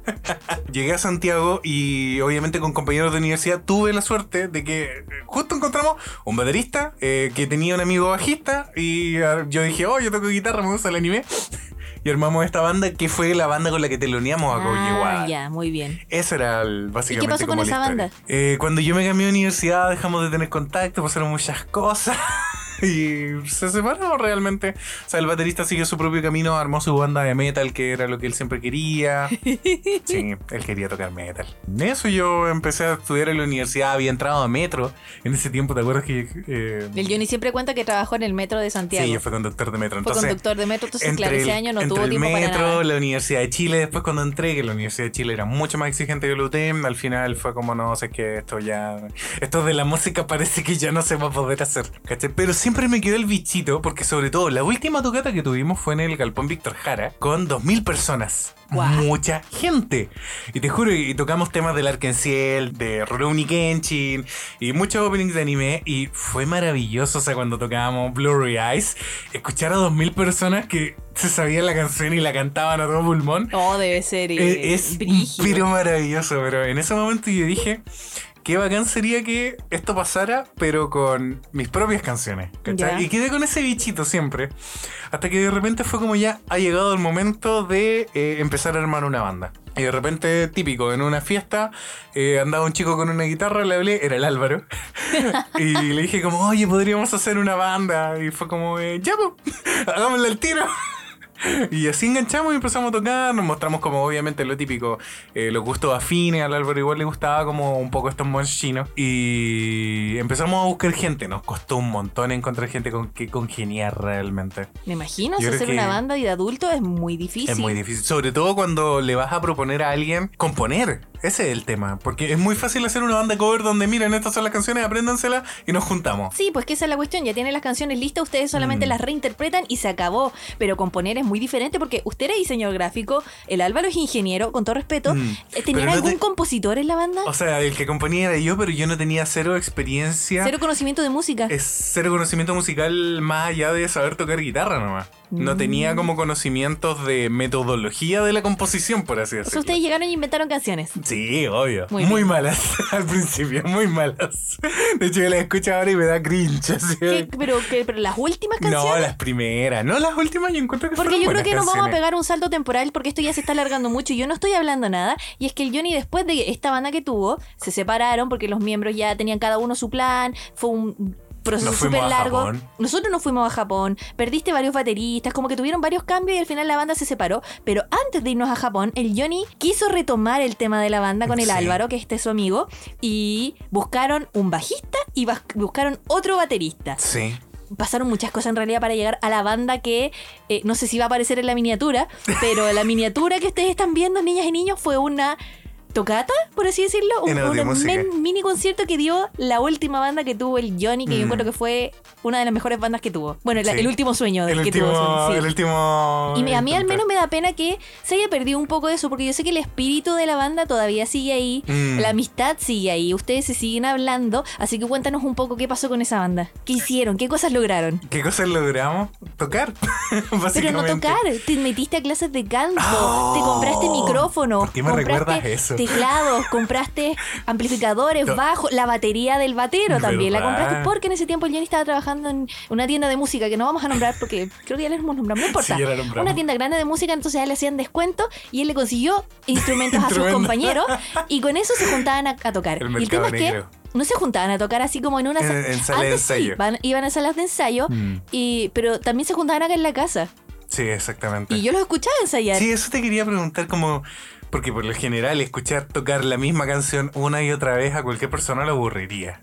Speaker 1: Llegué a Santiago y obviamente con compañeros de universidad tuve la suerte de que eh, justo encontramos un baterista eh, que tenía un amigo bajista y ah, yo dije, oh, yo toco guitarra, me gusta el anime. <laughs> Y armamos esta banda que fue la banda con la que teloneamos a Koji
Speaker 2: ah,
Speaker 1: Wada.
Speaker 2: ya, muy bien.
Speaker 1: Eso era el, básicamente.
Speaker 2: ¿Y qué pasó con
Speaker 1: como la
Speaker 2: esa
Speaker 1: historia.
Speaker 2: banda?
Speaker 1: Eh, cuando yo me cambié de universidad dejamos de tener contacto, pasaron muchas <laughs> cosas y se separaron realmente. O sea, el baterista siguió su propio camino, armó su banda de metal, que era lo que él siempre
Speaker 2: <laughs>
Speaker 1: quería. Sí, él quería tocar metal. En eso yo empecé a estudiar en la universidad, había entrado a metro. En ese tiempo, ¿te acuerdas que... eh,
Speaker 2: El Johnny siempre cuenta que trabajó en el metro de Santiago.
Speaker 1: sí, yo fui conductor de metro.
Speaker 2: Fue
Speaker 1: Entonces,
Speaker 2: conductor de metro, entonces, claro, ese año no
Speaker 1: entre
Speaker 2: tuvo
Speaker 1: el
Speaker 2: tiempo
Speaker 1: metro,
Speaker 2: para nada.
Speaker 1: la Universidad de Chile, después cuando entré, que la Universidad de Chile era mucho más exigente que la UTEM, al final fue como, no, sé que esto ya, esto de la música <laughs> parece que ya no se va a poder hacer, ¿cachai? Pero siempre me quedó el bichito, porque sobre todo la última tocata que tuvimos fue en el Galpón Víctor Jara, con 2.000 personas.
Speaker 2: Guau.
Speaker 1: Mucha gente. Y te juro, y tocamos temas del Arkenciel, de Rurouni Kenshin, y muchos openings de anime. Y fue maravilloso, o sea, cuando tocábamos Blurry Eyes, escuchar a 2000 personas que se sabían la canción y la cantaban a todo pulmón.
Speaker 2: Oh, debe ser eh,
Speaker 1: Eh, es
Speaker 2: brígido.
Speaker 1: pero maravilloso, pero en ese momento yo dije, qué bacán sería que esto pasara, pero con mis propias canciones. ¿cachai?
Speaker 2: Ya.
Speaker 1: Y quedé con ese bichito siempre. Hasta que de repente fue como ya ha llegado el momento de eh, empezar a armar una banda. Y de repente, típico, en una fiesta, eh, andaba un chico con una guitarra, le hablé, era el Álvaro. y le dije como, oye, podríamos hacer una banda. Y fue como, eh, ya, po, <laughs> hagámosle el tiro. Y así enganchamos y empezamos a tocar, nos mostramos como obviamente lo típico, eh, los gustos afines, al Álvaro igual le gustaba como un poco estos mods chinos. Y empezamos a buscar gente, nos costó un montón encontrar gente con que congeniar realmente.
Speaker 2: Me imagino,
Speaker 1: Yo creo
Speaker 2: hacer
Speaker 1: que-
Speaker 2: una banda y de adulto es muy difícil.
Speaker 1: Es muy difícil, sobre todo cuando le vas a proponer a alguien componer, ese es el tema, porque es muy fácil hacer una banda cover donde miren, estas son las canciones, apréndanselas y nos juntamos.
Speaker 2: Sí, pues que esa es la cuestión. Ya tienen las canciones listas, ustedes solamente
Speaker 1: Mm.
Speaker 2: las reinterpretan y se acabó. Pero componer es muy diferente porque usted era diseñador gráfico, el Álvaro es ingeniero, con todo respeto.
Speaker 1: Mm.
Speaker 2: Eh, ¿Tenían
Speaker 1: Pero no
Speaker 2: algún
Speaker 1: te-
Speaker 2: compositor en la banda?
Speaker 1: O sea, el que componía era yo, pero yo no tenía cero experiencia.
Speaker 2: Cero conocimiento de música.
Speaker 1: es cero conocimiento musical más allá de saber tocar guitarra nomás. No
Speaker 2: Mm.
Speaker 1: tenía como conocimientos de metodología de la composición, por así
Speaker 2: O sea,
Speaker 1: decirlo.
Speaker 2: ustedes llegaron y inventaron canciones.
Speaker 1: Sí, obvio.
Speaker 2: Muy
Speaker 1: Muy,
Speaker 2: bien.
Speaker 1: malas <laughs> al principio, muy malas. De hecho, yo las escucho ahora y me da cringe. así.
Speaker 2: ¿Qué- pero, qué- pero las últimas
Speaker 1: No,
Speaker 2: canciones.
Speaker 1: las primeras. No, las últimas yo encuentro que
Speaker 2: Porque
Speaker 1: fueron
Speaker 2: yo
Speaker 1: buenas
Speaker 2: creo que nos vamos a
Speaker 1: canciones.
Speaker 2: pegar un salto temporal porque esto ya se está alargando mucho y yo no estoy hablando nada. Y es que el Johnny después de esta banda que tuvo, se separaron porque los miembros ya tenían cada uno su plan, fue un proceso
Speaker 1: Nos fuimos
Speaker 2: súper
Speaker 1: a
Speaker 2: largo.
Speaker 1: Japón.
Speaker 2: Nosotros nos fuimos a Japón, perdiste varios bateristas, como que tuvieron varios cambios y al final la banda se separó. Pero antes de irnos a Japón, el Johnny quiso retomar el tema de la banda con el
Speaker 1: Sí.
Speaker 2: Álvaro, que este es su amigo, y buscaron un bajista y bas- buscaron otro baterista
Speaker 1: Sí.
Speaker 2: pasaron muchas cosas en realidad para llegar a la banda que eh, no sé si va a aparecer en la miniatura, pero la miniatura que ustedes están viendo, niñas y niños, fue una tocata, por así decirlo, un,
Speaker 1: En
Speaker 2: un
Speaker 1: Audiomúsica.
Speaker 2: men- mini concierto que dio la última banda que tuvo el Johnny, que yo
Speaker 1: Mm.
Speaker 2: encuentro que fue una de las mejores bandas que tuvo. Bueno, la-
Speaker 1: Sí.
Speaker 2: el último sueño del
Speaker 1: El
Speaker 2: que tuvo.
Speaker 1: último,
Speaker 2: sí.
Speaker 1: el último.
Speaker 2: Y me- a mí al
Speaker 1: intento.
Speaker 2: menos me da pena que se haya perdido un poco de eso, porque yo sé que el espíritu de la banda todavía sigue ahí,
Speaker 1: Mm.
Speaker 2: la amistad sigue ahí, ustedes se siguen hablando, así que cuéntanos un poco qué pasó con esa banda, qué hicieron, qué cosas lograron.
Speaker 1: ¿Qué cosas logramos? Tocar. <laughs>
Speaker 2: Pero no
Speaker 1: básicamente.
Speaker 2: tocar, te metiste a clases de canto,
Speaker 1: ¡Oh!
Speaker 2: te compraste micrófonos,
Speaker 1: ¿Por qué me recuerdas
Speaker 2: compraste
Speaker 1: eso? <laughs>
Speaker 2: teclados, compraste amplificadores,
Speaker 1: No.
Speaker 2: bajos, la batería del batero también, la
Speaker 1: ¿Verdad?
Speaker 2: compraste porque en ese tiempo el Johnny estaba trabajando en una tienda de música que no vamos a nombrar
Speaker 1: <laughs>
Speaker 2: porque creo que ya la hemos nombrado, no importa.
Speaker 1: Sí, ya la nombramos.
Speaker 2: Una tienda grande de música, entonces ya le hacían descuento y él le consiguió instrumentos a sus
Speaker 1: Instrumentos. <laughs>
Speaker 2: compañeros y con eso se juntaban a, a tocar.
Speaker 1: El
Speaker 2: y el tema
Speaker 1: mercado
Speaker 2: es que
Speaker 1: negro.
Speaker 2: no se juntaban a tocar así como en una sa-
Speaker 1: En- en sala de
Speaker 2: Antes sí,
Speaker 1: ensayo.
Speaker 2: van- iban a salas de ensayo,
Speaker 1: Mm.
Speaker 2: y, pero también se juntaban acá en la casa.
Speaker 1: Sí, exactamente.
Speaker 2: Y yo los escuchaba ensayar.
Speaker 1: Sí, eso te quería preguntar como... Porque por lo general escuchar tocar la misma canción una y otra vez a cualquier persona lo aburriría.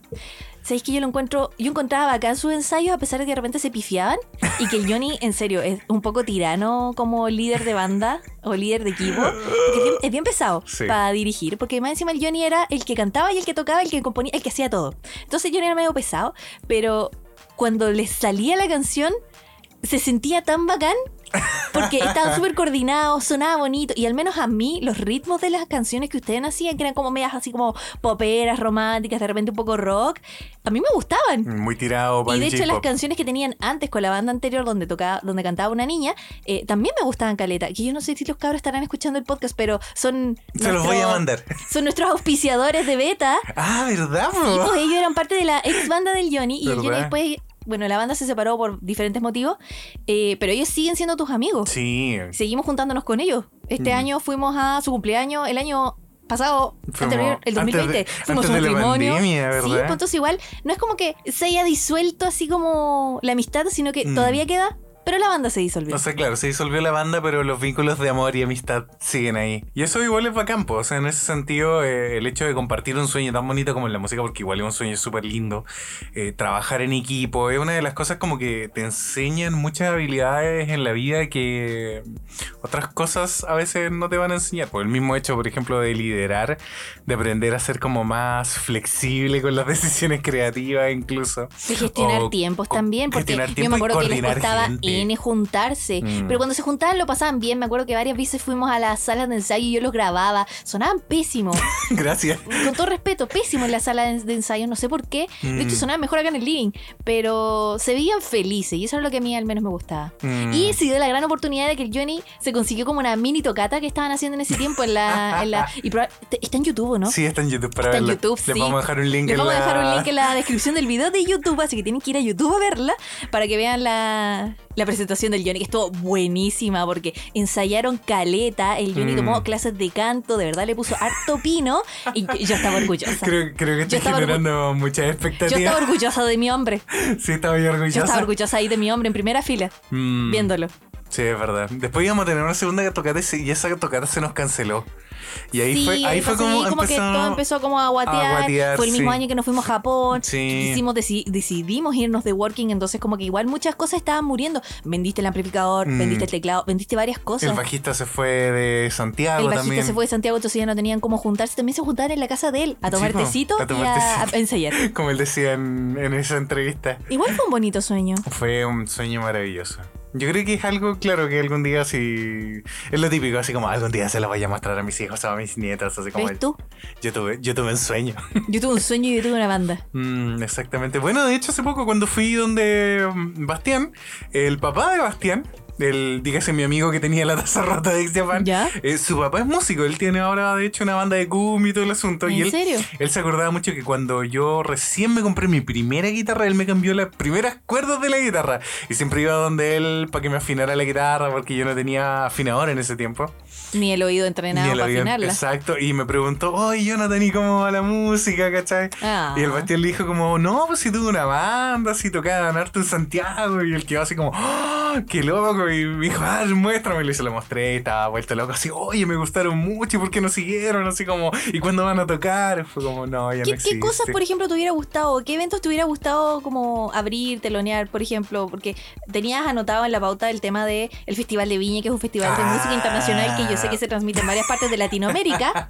Speaker 2: ¿Sabéis que yo lo encuentro? Yo encontraba acá en sus ensayos, a pesar de que de repente se pifiaban, y que el Johnny, en serio, es un poco tirano como líder de banda o líder de equipo. porque es bien, es bien pesado
Speaker 1: Sí.
Speaker 2: para dirigir, porque más encima el Johnny era el que cantaba y el que tocaba, el que componía, el que hacía todo. Entonces Johnny era medio pesado, pero cuando les salía la canción, se sentía tan bacán porque estaban súper coordinados, sonaba bonito. Y al menos a mí, los ritmos de las canciones que ustedes hacían, que eran como medias así como poperas, románticas, de repente un poco rock, a mí me gustaban.
Speaker 1: Muy tirado para
Speaker 2: Y de
Speaker 1: el
Speaker 2: hecho las
Speaker 1: J-pop.
Speaker 2: canciones que tenían antes con la banda anterior donde tocaba, donde cantaba una niña, eh, también me gustaban caleta. Que yo no sé si los cabros estarán escuchando el podcast, pero son
Speaker 1: Se los voy a
Speaker 2: nuestros-
Speaker 1: mandar. <laughs>
Speaker 2: son nuestros auspiciadores de beta.
Speaker 1: Ah, ¿verdad?
Speaker 2: Y
Speaker 1: po?
Speaker 2: pues ellos eran parte de la ex banda del Johnny. Y el Johnny
Speaker 1: ¿Verdad?
Speaker 2: después, bueno, la banda se separó por diferentes motivos, eh, pero ellos siguen siendo tus amigos.
Speaker 1: Sí.
Speaker 2: Seguimos juntándonos con ellos. Este
Speaker 1: Mm.
Speaker 2: año fuimos a su cumpleaños, el año pasado,
Speaker 1: Fuimos-
Speaker 2: anterior, el
Speaker 1: antes
Speaker 2: 2020.
Speaker 1: de-
Speaker 2: fuimos a su
Speaker 1: antes de la
Speaker 2: matrimonio.
Speaker 1: pandemia, ¿verdad?
Speaker 2: Sí, pues entonces igual, no es como que se haya disuelto así como la amistad, sino que
Speaker 1: Mm.
Speaker 2: todavía queda, pero la banda se disolvió.
Speaker 1: O sea, claro, se disolvió la banda, pero los vínculos de amor y amistad siguen ahí. Y eso igual es bacán, po. O sea, en ese sentido, eh, el hecho de compartir un sueño tan bonito como en la música, porque igual es un sueño súper lindo, eh, trabajar en equipo, es una de las cosas como que te enseñan muchas habilidades en la vida que otras cosas a veces no te van a enseñar. Por el mismo hecho, por ejemplo, de liderar, de aprender a ser como más flexible con las <laughs> decisiones creativas incluso. <laughs>
Speaker 2: De gestionar
Speaker 1: O
Speaker 2: tiempos
Speaker 1: co-
Speaker 2: también, porque
Speaker 1: gestionar
Speaker 2: yo
Speaker 1: tiempo y
Speaker 2: me acuerdo que les
Speaker 1: coordinar
Speaker 2: costaba
Speaker 1: gente.
Speaker 2: N juntarse,
Speaker 1: Mm.
Speaker 2: pero cuando se juntaban lo pasaban bien. Me acuerdo que varias veces fuimos a las salas de ensayo y yo los grababa, sonaban
Speaker 1: <laughs>
Speaker 2: pésimo,
Speaker 1: Gracias.
Speaker 2: con todo respeto, pésimo en la sala de, de ensayo, no sé por qué. De hecho,
Speaker 1: Mm.
Speaker 2: sonaban mejor acá en el living, pero se veían felices y eso es lo que a mí al menos me gustaba.
Speaker 1: Mm.
Speaker 2: Y se dio la gran oportunidad de que el Johnny se consiguió como una mini tocata que estaban haciendo en ese tiempo en la. en la- y proba- está en YouTube, ¿o ¿no?
Speaker 1: Sí, está en YouTube para
Speaker 2: Está en
Speaker 1: verlo.
Speaker 2: YouTube,
Speaker 1: Les
Speaker 2: sí.
Speaker 1: vamos a dejar un link
Speaker 2: Les
Speaker 1: en
Speaker 2: vamos a
Speaker 1: la-
Speaker 2: dejar un link en la descripción del video de YouTube, así que tienen que ir a YouTube a verla para que vean la, la presentación del Johnny, que estuvo buenísima porque ensayaron caleta, el Johnny
Speaker 1: Mm.
Speaker 2: tomó clases de canto, de verdad le puso harto pino y yo
Speaker 1: <laughs>
Speaker 2: estaba orgullosa.
Speaker 1: Creo, creo que estoy
Speaker 2: Yo estaba
Speaker 1: generando muchas
Speaker 2: yo estaba
Speaker 1: expectativas.
Speaker 2: orgullosa de mi hombre.
Speaker 1: Sí, estaba muy
Speaker 2: Yo estaba
Speaker 1: orgullosa.
Speaker 2: orgullosa ahí de mi hombre en primera fila,
Speaker 1: Mm,
Speaker 2: viéndolo.
Speaker 1: Sí, es verdad. Después íbamos a tener una segunda tocata y se- y esa tocata se nos canceló. Y ahí
Speaker 2: sí,
Speaker 1: fue, ahí fue
Speaker 2: pasó
Speaker 1: como,
Speaker 2: ahí que
Speaker 1: empezó-
Speaker 2: todo empezó como a guatear.
Speaker 1: a guatear,
Speaker 2: fue el mismo
Speaker 1: sí.
Speaker 2: año que nos fuimos a Japón.
Speaker 1: Sí.
Speaker 2: que Hicimos, deci- decidimos irnos de working, entonces como que igual muchas cosas estaban muriendo. Vendiste el amplificador,
Speaker 1: Mm.
Speaker 2: vendiste el teclado, vendiste varias cosas.
Speaker 1: El bajista se fue de Santiago
Speaker 2: El bajista
Speaker 1: también.
Speaker 2: se fue de Santiago, entonces ya no tenían cómo juntarse. También se juntaban en la casa de él a
Speaker 1: Sí,
Speaker 2: tomar
Speaker 1: po,
Speaker 2: tecito
Speaker 1: a tomar
Speaker 2: y a,
Speaker 1: tecito.
Speaker 2: a
Speaker 1: <laughs>
Speaker 2: ensayar.
Speaker 1: Como él decía en, en esa entrevista.
Speaker 2: Igual fue un bonito sueño.
Speaker 1: Fue un sueño maravilloso. Yo creo que es algo, claro, que algún día sí... Es lo típico, así como algún día se lo voy a mostrar a mis hijos o a mis nietas, así como...
Speaker 2: ¿Ves tú?
Speaker 1: Yo tuve, yo tuve un sueño.
Speaker 2: Yo tuve un sueño y yo tuve una banda.
Speaker 1: <laughs> Mm, exactamente. Bueno, de hecho, hace poco cuando fui donde mm, Bastián, el papá de Bastián, el, dígase mi amigo que tenía la taza <laughs> rota de Ex Japan,
Speaker 2: ¿Ya?
Speaker 1: eh, su papá es músico. Él tiene ahora, de hecho, una banda de cum y todo el asunto. Y
Speaker 2: ¿En
Speaker 1: él,
Speaker 2: serio?
Speaker 1: él se acordaba mucho que cuando yo recién me compré mi primera guitarra, él me cambió las primeras cuerdas de la guitarra. Y siempre iba donde él para que me afinara la guitarra, porque yo no tenía afinador en ese tiempo.
Speaker 2: Ni el oído
Speaker 1: Ni
Speaker 2: entrenado
Speaker 1: el
Speaker 2: para
Speaker 1: avión.
Speaker 2: afinarla.
Speaker 1: Exacto. Y me preguntó, oye, Jonathan, ¿y cómo va la música, cachai?
Speaker 2: Ah.
Speaker 1: Y el Bastián le dijo como, no, pues si tuve una banda, si tocaba ganarte en Santiago. Y el que va así como, ¡Ah! ¡ah, qué loco! Y me dijo, ah, muéstramelo. Y se lo mostré y estaba vuelto loco. Así, oye, me gustaron mucho. ¿Y por qué no siguieron? Así como, ¿y cuándo van a tocar? Fue como, no, ya
Speaker 2: ¿Qué,
Speaker 1: no
Speaker 2: qué
Speaker 1: existe.
Speaker 2: cosas, por ejemplo, te hubiera gustado? ¿Qué eventos te hubiera gustado como abrir, telonear, por ejemplo? Porque tenías anotado en la pauta el tema del el Festival de Viña, que es un festival de
Speaker 1: Ah.
Speaker 2: música internacional que yo sé que se transmite en varias partes
Speaker 1: <laughs>
Speaker 2: de Latinoamérica,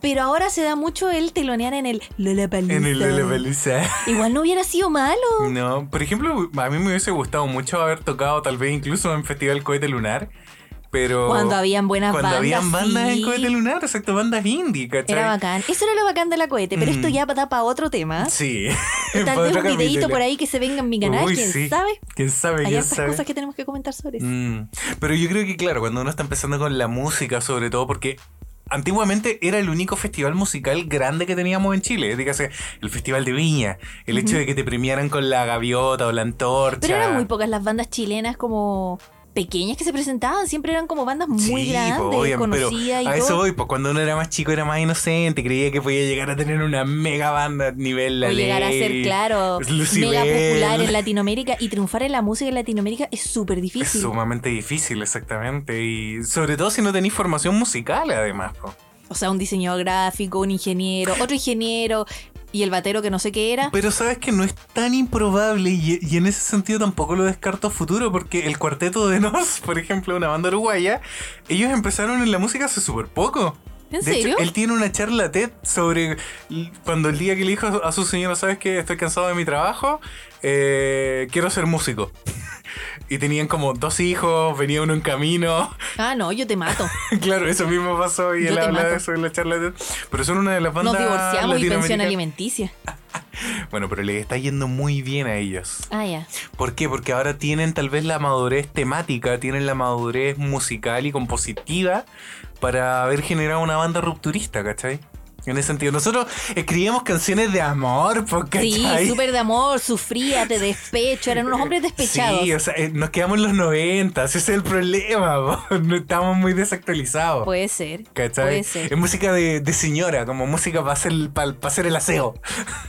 Speaker 2: pero ahora se da mucho el telonear en el Lollapalooza.
Speaker 1: En el Lollapalooza.
Speaker 2: Igual no hubiera sido malo.
Speaker 1: <laughs> No, por ejemplo, a mí me hubiese gustado mucho haber tocado tal vez incluso en Festival Cohete Lunar, pero...
Speaker 2: Cuando habían buenas
Speaker 1: Oh, cuando
Speaker 2: bandas.
Speaker 1: habían bandas
Speaker 2: sí.
Speaker 1: en Cohete Lunar, exacto, bandas indie, ¿cachai?
Speaker 2: Era bacán. Eso era lo bacán de la cohete, pero esto
Speaker 1: Mm.
Speaker 2: ya da para otro
Speaker 1: <laughs>
Speaker 2: tema.
Speaker 1: Sí.
Speaker 2: Tal
Speaker 1: Para
Speaker 2: vez
Speaker 1: otro
Speaker 2: un videíto
Speaker 1: capítulo.
Speaker 2: por ahí que se venga en mi canal,
Speaker 1: Uy,
Speaker 2: quién
Speaker 1: sí.
Speaker 2: sabe.
Speaker 1: ¿Quién sabe?
Speaker 2: Hay
Speaker 1: ¿Quién
Speaker 2: otras
Speaker 1: sabe?
Speaker 2: cosas que tenemos que comentar sobre eso.
Speaker 1: Mm, Pero yo creo que, claro, cuando uno está empezando con la música, sobre todo porque antiguamente era el único festival musical grande que teníamos en Chile. Dígase, el Festival de Viña, el hecho de que te premiaran con la gaviota o la antorcha.
Speaker 2: Pero eran muy pocas las bandas chilenas como pequeñas que se presentaban, siempre eran como bandas muy
Speaker 1: Sí,
Speaker 2: grandes,
Speaker 1: po, obvio, pero
Speaker 2: conocidas y
Speaker 1: a
Speaker 2: todo.
Speaker 1: eso voy, pues cuando uno era más chico era más inocente, creía que podía llegar a tener una mega banda nivel la
Speaker 2: o llegar a ser,
Speaker 1: Ley,
Speaker 2: claro,
Speaker 1: Lucibel.
Speaker 2: mega popular en Latinoamérica y triunfar en la música en Latinoamérica es súper
Speaker 1: Es
Speaker 2: difícil.
Speaker 1: sumamente difícil, exactamente. Y sobre todo si no tenéis formación musical, además. po.
Speaker 2: O sea, un diseñador gráfico, un ingeniero, otro ingeniero y el batero que no sé qué era.
Speaker 1: Pero sabes que no es tan improbable y, y en ese sentido tampoco lo descarto a futuro porque el cuarteto de Nos, <laughs> por ejemplo, una banda uruguaya, ellos empezaron en la música hace súper poco.
Speaker 2: ¿En
Speaker 1: de
Speaker 2: serio?
Speaker 1: hecho, él tiene una charla TED sobre l- cuando el día que le dijo a su señora, sabes que estoy cansado de mi trabajo, eh, quiero ser músico. <laughs> y tenían como dos hijos, venía uno en camino. <laughs>
Speaker 2: Ah, no, yo te mato.
Speaker 1: claro, eso mismo pasó y
Speaker 2: Yo
Speaker 1: él
Speaker 2: te
Speaker 1: habla
Speaker 2: mato.
Speaker 1: de eso en la charla TED. Pero son una de las bandas
Speaker 2: Nos divorciamos y pensión
Speaker 1: latinoamericanas-
Speaker 2: alimenticia.
Speaker 1: Bueno, pero le está yendo muy bien a ellos.
Speaker 2: Ah, ya.
Speaker 1: ¿Por qué? Porque ahora tienen tal vez la madurez temática, tienen la madurez musical y compositiva para haber generado una banda rupturista, ¿cachai? En ese sentido, nosotros escribíamos canciones de amor, po, ¿cachai?
Speaker 2: Sí, súper de amor, sufría, de despecho, eran unos hombres despechados.
Speaker 1: Sí, o sea, eh, nos quedamos en los 90, ese es el problema, <laughs> po. No estamos muy desactualizados.
Speaker 2: Puede ser.
Speaker 1: ¿Cachai?
Speaker 2: puede ser.
Speaker 1: Es música de, de señora, como música para hacer, para, hacer el aseo.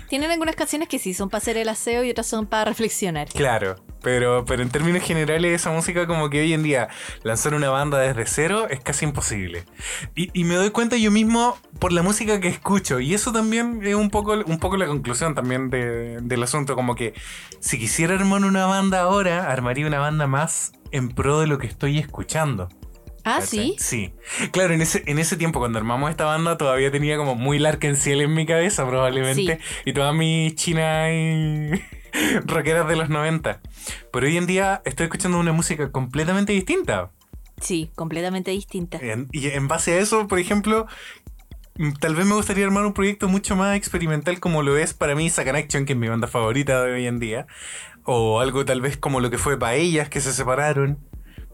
Speaker 2: Tienen algunas canciones que sí son para hacer el aseo y otras son para reflexionar.
Speaker 1: Claro, pero, pero en términos generales esa música como que hoy en día lanzar una banda desde cero es casi imposible. Y, y me doy cuenta yo mismo por la música que escucho. Y eso también es un poco, un poco la conclusión también de- del asunto. Como que si quisiera armar una banda ahora, armaría una banda más en pro de lo que estoy escuchando.
Speaker 2: Ah,
Speaker 1: ¿cachai?
Speaker 2: sí.
Speaker 1: Sí. Claro, en ese, en ese tiempo cuando armamos esta banda todavía tenía como muy Larkin Ciel en mi cabeza probablemente. Y todas mis chinas y <laughs> rockeras de los 90. Pero hoy en día estoy escuchando una música completamente distinta.
Speaker 2: Sí, completamente distinta.
Speaker 1: En- y en base a eso, por ejemplo, mm, tal vez me gustaría armar un proyecto mucho más experimental como lo es para mí Sacan Action, que es mi banda favorita de hoy en día. O algo tal vez como lo que fue Paellas, que se separaron.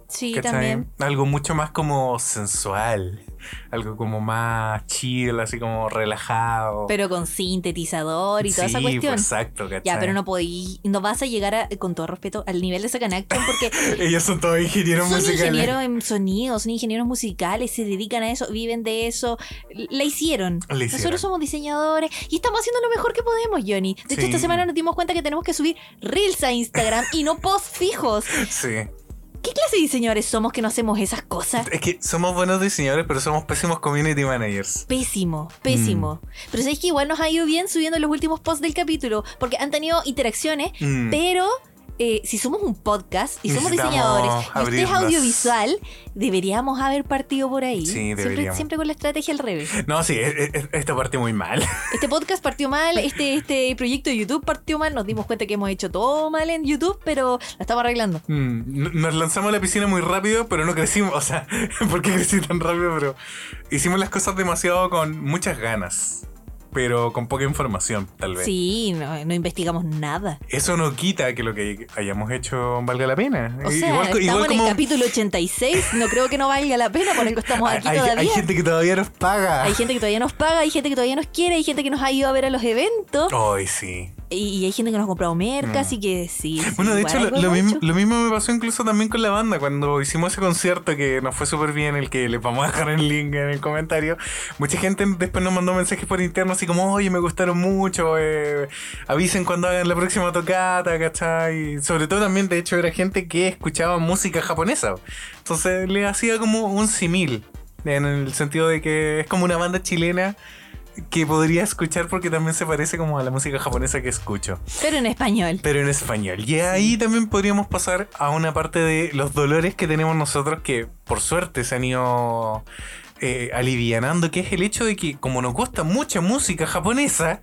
Speaker 2: Sí,
Speaker 1: ¿cachai?
Speaker 2: también.
Speaker 1: Algo mucho más como sensual. Algo como más chill, así como relajado.
Speaker 2: Pero con sintetizador y toda esa
Speaker 1: Sí,
Speaker 2: cuestión.
Speaker 1: pues, exacto, ¿cachai?
Speaker 2: ya, pero no podí, no vas a llegar a- con todo respeto al nivel de Sacan Action
Speaker 1: <laughs>
Speaker 2: porque
Speaker 1: Ellos son todos ingenieros
Speaker 2: son
Speaker 1: musicales.
Speaker 2: ingenieros en sonidos, son ingenieros musicales, se dedican a eso, viven de eso. La hicieron.
Speaker 1: La hicieron.
Speaker 2: Nosotros somos diseñadores y estamos haciendo lo mejor que podemos, Johnny. De hecho,
Speaker 1: Sí.
Speaker 2: esta semana nos dimos cuenta que tenemos que subir reels a Instagram y no posts fijos.
Speaker 1: Sí.
Speaker 2: ¿Qué clase de diseñadores somos que no hacemos esas cosas?
Speaker 1: Es que somos buenos diseñadores, pero somos pésimos community managers.
Speaker 2: Pésimo, pésimo.
Speaker 1: Mm.
Speaker 2: Pero sabéis que igual nos ha ido bien subiendo los últimos posts del capítulo, porque han tenido interacciones,
Speaker 1: Mm.
Speaker 2: pero eh, si somos un podcast y somos
Speaker 1: Necesitamos
Speaker 2: diseñadores y usted es
Speaker 1: abrirnos.
Speaker 2: audiovisual, deberíamos haber partido por ahí.
Speaker 1: Sí,
Speaker 2: siempre,
Speaker 1: deberíamos.
Speaker 2: siempre con la estrategia al
Speaker 1: <laughs>
Speaker 2: revés.
Speaker 1: No, sí, e- e- esta parte muy mal. <laughs>
Speaker 2: Este podcast partió mal, este, este proyecto de YouTube partió mal, nos dimos cuenta que hemos hecho todo mal en YouTube, pero la estamos arreglando.
Speaker 1: Mm, no- Nos lanzamos a la piscina muy rápido, pero no crecimos. O sea, <laughs> ¿por qué crecí tan rápido? Pero hicimos las cosas demasiado con muchas ganas, pero con poca información, tal vez.
Speaker 2: Sí, no, no investigamos nada.
Speaker 1: Eso no quita que lo que hayamos hecho valga la pena.
Speaker 2: O
Speaker 1: I-
Speaker 2: sea,
Speaker 1: igual co-
Speaker 2: estamos
Speaker 1: igual
Speaker 2: en el capítulo 86, no creo que no valga la pena, por algo estamos
Speaker 1: hay,
Speaker 2: aquí
Speaker 1: hay- hay
Speaker 2: todavía.
Speaker 1: gente que todavía nos paga.
Speaker 2: Hay gente que todavía nos paga, hay gente que todavía nos quiere, hay gente que nos ha ido a ver a los eventos.
Speaker 1: Ay, sí.
Speaker 2: Y, y hay gente que nos ha comprado merca, así que sí. <laughs> sí,
Speaker 1: Mm. Bueno, de
Speaker 2: igual
Speaker 1: hecho,
Speaker 2: hay
Speaker 1: lo,
Speaker 2: huevo
Speaker 1: lo mismo,
Speaker 2: hecho.
Speaker 1: lo mismo me pasó incluso también con la banda. Cuando hicimos ese concierto que nos fue súper bien, el que les vamos a dejar el link en el comentario, mucha gente después nos mandó mensajes por interno así como, oye, me gustaron mucho, eh, avisen cuando hagan la próxima tocata, ¿cachai? Y sobre todo también, de hecho, era gente que escuchaba música japonesa. Entonces le hacía como un simil, en el sentido de que es como una banda chilena que podría escuchar porque también se parece como a la música japonesa que escucho
Speaker 2: Pero en español.
Speaker 1: pero en español. Y ahí también podríamos pasar a una parte de los dolores que tenemos nosotros que por suerte se han ido eh, alivianando, que es el hecho de que como nos gusta mucha música japonesa,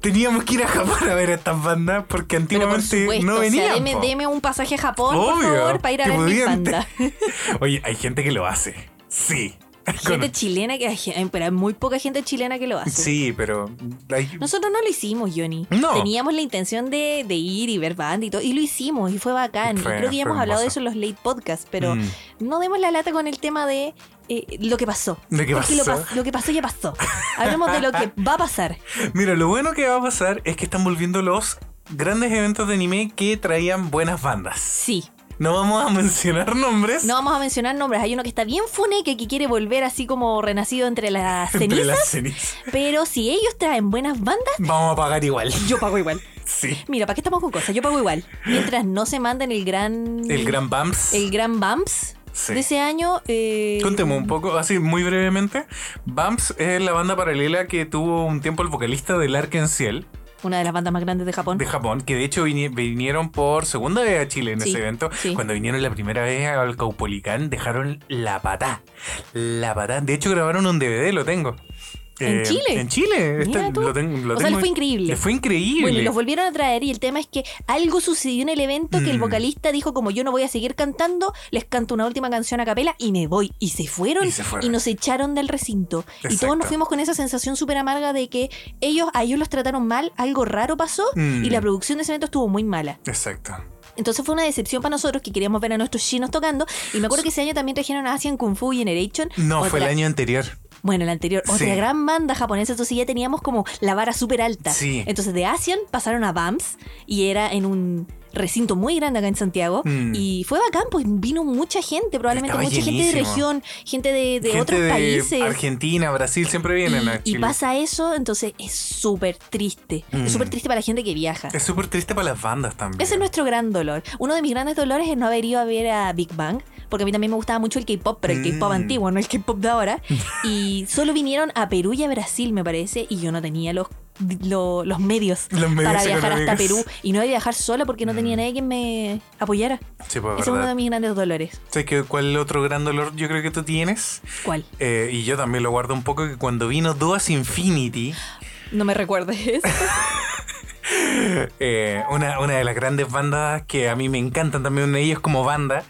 Speaker 1: teníamos que ir a Japón a ver a estas bandas porque
Speaker 2: Pero por
Speaker 1: antiguamente
Speaker 2: supuesto,
Speaker 1: no
Speaker 2: o sea,
Speaker 1: venían.
Speaker 2: deme,
Speaker 1: po.
Speaker 2: deme un pasaje a Japón, por
Speaker 1: Obvio,
Speaker 2: favor, para ir a
Speaker 1: que
Speaker 2: ver mi
Speaker 1: podían-
Speaker 2: banda.
Speaker 1: Oye, hay gente que lo hace. Sí.
Speaker 2: Gente chilena que hay, pero hay muy poca gente chilena que lo hace.
Speaker 1: Sí, pero... hay-
Speaker 2: Nosotros no lo hicimos, Johnny.
Speaker 1: No.
Speaker 2: Teníamos la intención de, de ir y ver banda y todo, y lo hicimos y fue bacán. Y
Speaker 1: Fue-
Speaker 2: creo que ya
Speaker 1: fue
Speaker 2: hemos hablado de
Speaker 1: hermoso.
Speaker 2: eso en los late podcasts, pero
Speaker 1: Mm.
Speaker 2: no demos la lata con el tema de eh, lo que pasó.
Speaker 1: ¿De qué
Speaker 2: Porque lo,
Speaker 1: pasó?
Speaker 2: pas- lo que pasó ya pasó. Hablemos de lo que va a pasar.
Speaker 1: Mira, lo bueno que va a pasar es que están volviendo los grandes eventos de anime que traían buenas bandas.
Speaker 2: Sí.
Speaker 1: No vamos a mencionar nombres. <laughs>
Speaker 2: No vamos a mencionar nombres. Hay uno que está bien fune que, que quiere volver así como renacido entre
Speaker 1: <laughs>
Speaker 2: las
Speaker 1: Entre
Speaker 2: cenizas.
Speaker 1: las cenizas.
Speaker 2: Pero si ellos traen buenas bandas,
Speaker 1: Vamos a pagar igual. <laughs>
Speaker 2: yo pago igual.
Speaker 1: Sí.
Speaker 2: Mira, ¿para qué estamos con cosas? Yo pago igual. Mientras no se manden el gran.
Speaker 1: El Gran Bumps.
Speaker 2: el gran Bumps
Speaker 1: Sí.
Speaker 2: de ese año. eh,
Speaker 1: Contemos un poco, así muy brevemente. Bumps es la banda paralela que tuvo un tiempo el vocalista del Ark en Ciel
Speaker 2: Una de las bandas más grandes de Japón.
Speaker 1: de Japón, que de hecho vini- vinieron por segunda vez a Chile en
Speaker 2: Sí,
Speaker 1: ese evento.
Speaker 2: sí.
Speaker 1: Cuando vinieron la primera vez al Caupolicán, dejaron la patá. La patá. De hecho, grabaron un DVD, lo tengo. Eh,
Speaker 2: ¿En Chile?
Speaker 1: En Chile.
Speaker 2: Mira
Speaker 1: Está-
Speaker 2: tú.
Speaker 1: lo tengo- lo
Speaker 2: O sea,
Speaker 1: tengo
Speaker 2: les fue
Speaker 1: en-
Speaker 2: increíble.
Speaker 1: Les fue increíble.
Speaker 2: Bueno, y los volvieron a traer y el tema es que algo sucedió en el evento que el
Speaker 1: Mm.
Speaker 2: vocalista dijo como yo no voy a seguir cantando, les canto una última canción a capela y me voy. Y se fueron
Speaker 1: Y se fueron.
Speaker 2: nos echaron del recinto. Y todos
Speaker 1: Exacto.
Speaker 2: nos fuimos con esa sensación súper amarga de que ellos, a ellos los trataron mal, algo raro pasó
Speaker 1: Mm.
Speaker 2: y la producción de ese evento estuvo muy mala.
Speaker 1: Exacto.
Speaker 2: Entonces fue una decepción para nosotros que queríamos ver a nuestros chinos tocando. Y me acuerdo que ese año también trajeron a Asian Kung Fu Generation.
Speaker 1: No, fue el
Speaker 2: otra-
Speaker 1: año anterior.
Speaker 2: Bueno, el anterior, otra
Speaker 1: Sí.
Speaker 2: gran banda japonesa, entonces ya teníamos como la vara súper alta.
Speaker 1: Sí.
Speaker 2: Entonces de Asian pasaron a BAMS y era en un recinto muy grande acá en Santiago.
Speaker 1: Mm.
Speaker 2: Y fue bacán, pues vino mucha gente, probablemente
Speaker 1: Estaba
Speaker 2: mucha gente de
Speaker 1: llenísimo.
Speaker 2: región, gente de, de
Speaker 1: Gente
Speaker 2: otros
Speaker 1: de
Speaker 2: países.
Speaker 1: Argentina, Brasil, siempre vienen a
Speaker 2: Y, y
Speaker 1: Chile.
Speaker 2: pasa eso, entonces es súper triste.
Speaker 1: Mm.
Speaker 2: Es súper triste para la gente que viaja.
Speaker 1: Es súper triste para las bandas también.
Speaker 2: Ese es nuestro gran dolor. Uno de mis grandes dolores es no haber ido a ver a Big Bang, porque a mí también me gustaba mucho el K-pop, pero el K-pop
Speaker 1: Mm.
Speaker 2: antiguo, no el K-pop de
Speaker 1: <laughs>
Speaker 2: ahora. Y solo vinieron a Perú y a Brasil, me parece, y yo no tenía los, lo- los medios.
Speaker 1: Los medios
Speaker 2: para viajar hasta
Speaker 1: económicos.
Speaker 2: Perú y no iba a viajar sola porque no tenía
Speaker 1: Mm.
Speaker 2: nadie que me apoyara.
Speaker 1: Sí, pues,
Speaker 2: Ese es uno
Speaker 1: verdad.
Speaker 2: de mis grandes dolores.
Speaker 1: ¿Sabes qué- cuál otro gran dolor yo creo que tú tienes?
Speaker 2: ¿Cuál?
Speaker 1: Eh, y yo también lo guardo un poco, que cuando vino Duas Infinity, <laughs>
Speaker 2: No me recuerdes.
Speaker 1: eh, una, una de las grandes bandas que a mí me encantan también ellos como banda,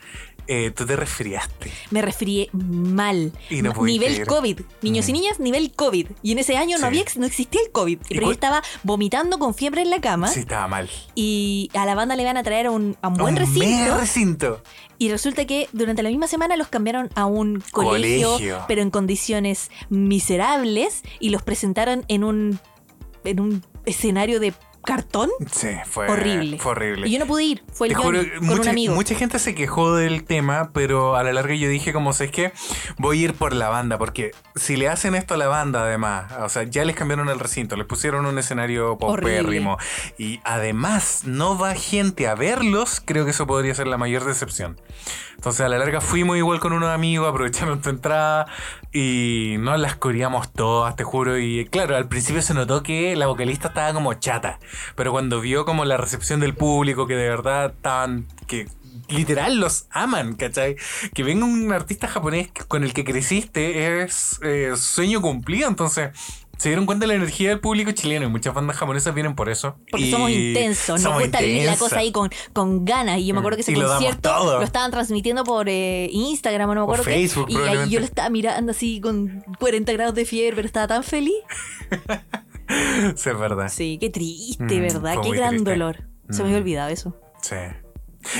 Speaker 1: eh, tú te resfriaste.
Speaker 2: me resfrié mal.
Speaker 1: Y no
Speaker 2: Ma-
Speaker 1: podía
Speaker 2: nivel
Speaker 1: creer.
Speaker 2: COVID. Niños y
Speaker 1: Mm.
Speaker 2: niñas, nivel COVID. Y en ese año
Speaker 1: Sí.
Speaker 2: no había ex- no existía el COVID. Pero yo
Speaker 1: cuál-
Speaker 2: estaba vomitando con fiebre en la cama.
Speaker 1: Sí, estaba mal.
Speaker 2: y a la banda le van a traer a un, a un buen
Speaker 1: Un
Speaker 2: recinto.
Speaker 1: mega recinto.
Speaker 2: Y resulta que durante la misma semana los cambiaron a un colegio,
Speaker 1: Colegio.
Speaker 2: pero en condiciones miserables, y los presentaron en un, en un escenario de cartón.
Speaker 1: Sí, fue
Speaker 2: Horrible.
Speaker 1: Fue horrible.
Speaker 2: Y yo no pude ir, fue el
Speaker 1: Te juro,
Speaker 2: Johnny, con
Speaker 1: mucha,
Speaker 2: un amigo.
Speaker 1: mucha gente se quejó del tema, pero a la larga yo dije como, ¿sabes qué? Voy a ir por la banda, porque si le hacen esto a la banda además, o sea, ya les cambiaron el recinto, les pusieron un escenario paupérrimo y además no va gente a verlos, creo que eso podría ser la mayor decepción. Entonces a la larga fuimos igual con unos amigos, aprovecharon tu entrada y nos las curiamos todas, te juro. Y claro, al principio se notó que la vocalista estaba como chata, pero cuando vio como la recepción del público, que de verdad estaban, que literal los aman, ¿cachai? Que venga un artista japonés con el que creciste es eh, sueño cumplido, entonces... Se dieron cuenta de la energía del público chileno y muchas bandas japonesas vienen por eso.
Speaker 2: Porque
Speaker 1: Y
Speaker 2: somos intensos, nos
Speaker 1: somos
Speaker 2: gusta vivir la
Speaker 1: intensas.
Speaker 2: cosa ahí con, con ganas. Y yo me acuerdo que ese
Speaker 1: Y lo damos
Speaker 2: concierto
Speaker 1: todo.
Speaker 2: lo estaban transmitiendo por eh, Instagram, o no me
Speaker 1: Por
Speaker 2: acuerdo. qué.
Speaker 1: Facebook,
Speaker 2: y ahí
Speaker 1: probablemente.
Speaker 2: yo lo estaba mirando así con 40 grados de fiebre, pero estaba tan feliz.
Speaker 1: Sí, <laughs> es verdad.
Speaker 2: Sí, qué
Speaker 1: Ah.
Speaker 2: triste,
Speaker 1: Mm,
Speaker 2: ¿verdad?
Speaker 1: fue
Speaker 2: Qué
Speaker 1: muy
Speaker 2: gran
Speaker 1: triste.
Speaker 2: dolor. Se me había
Speaker 1: Mm.
Speaker 2: olvidado eso.
Speaker 1: Sí.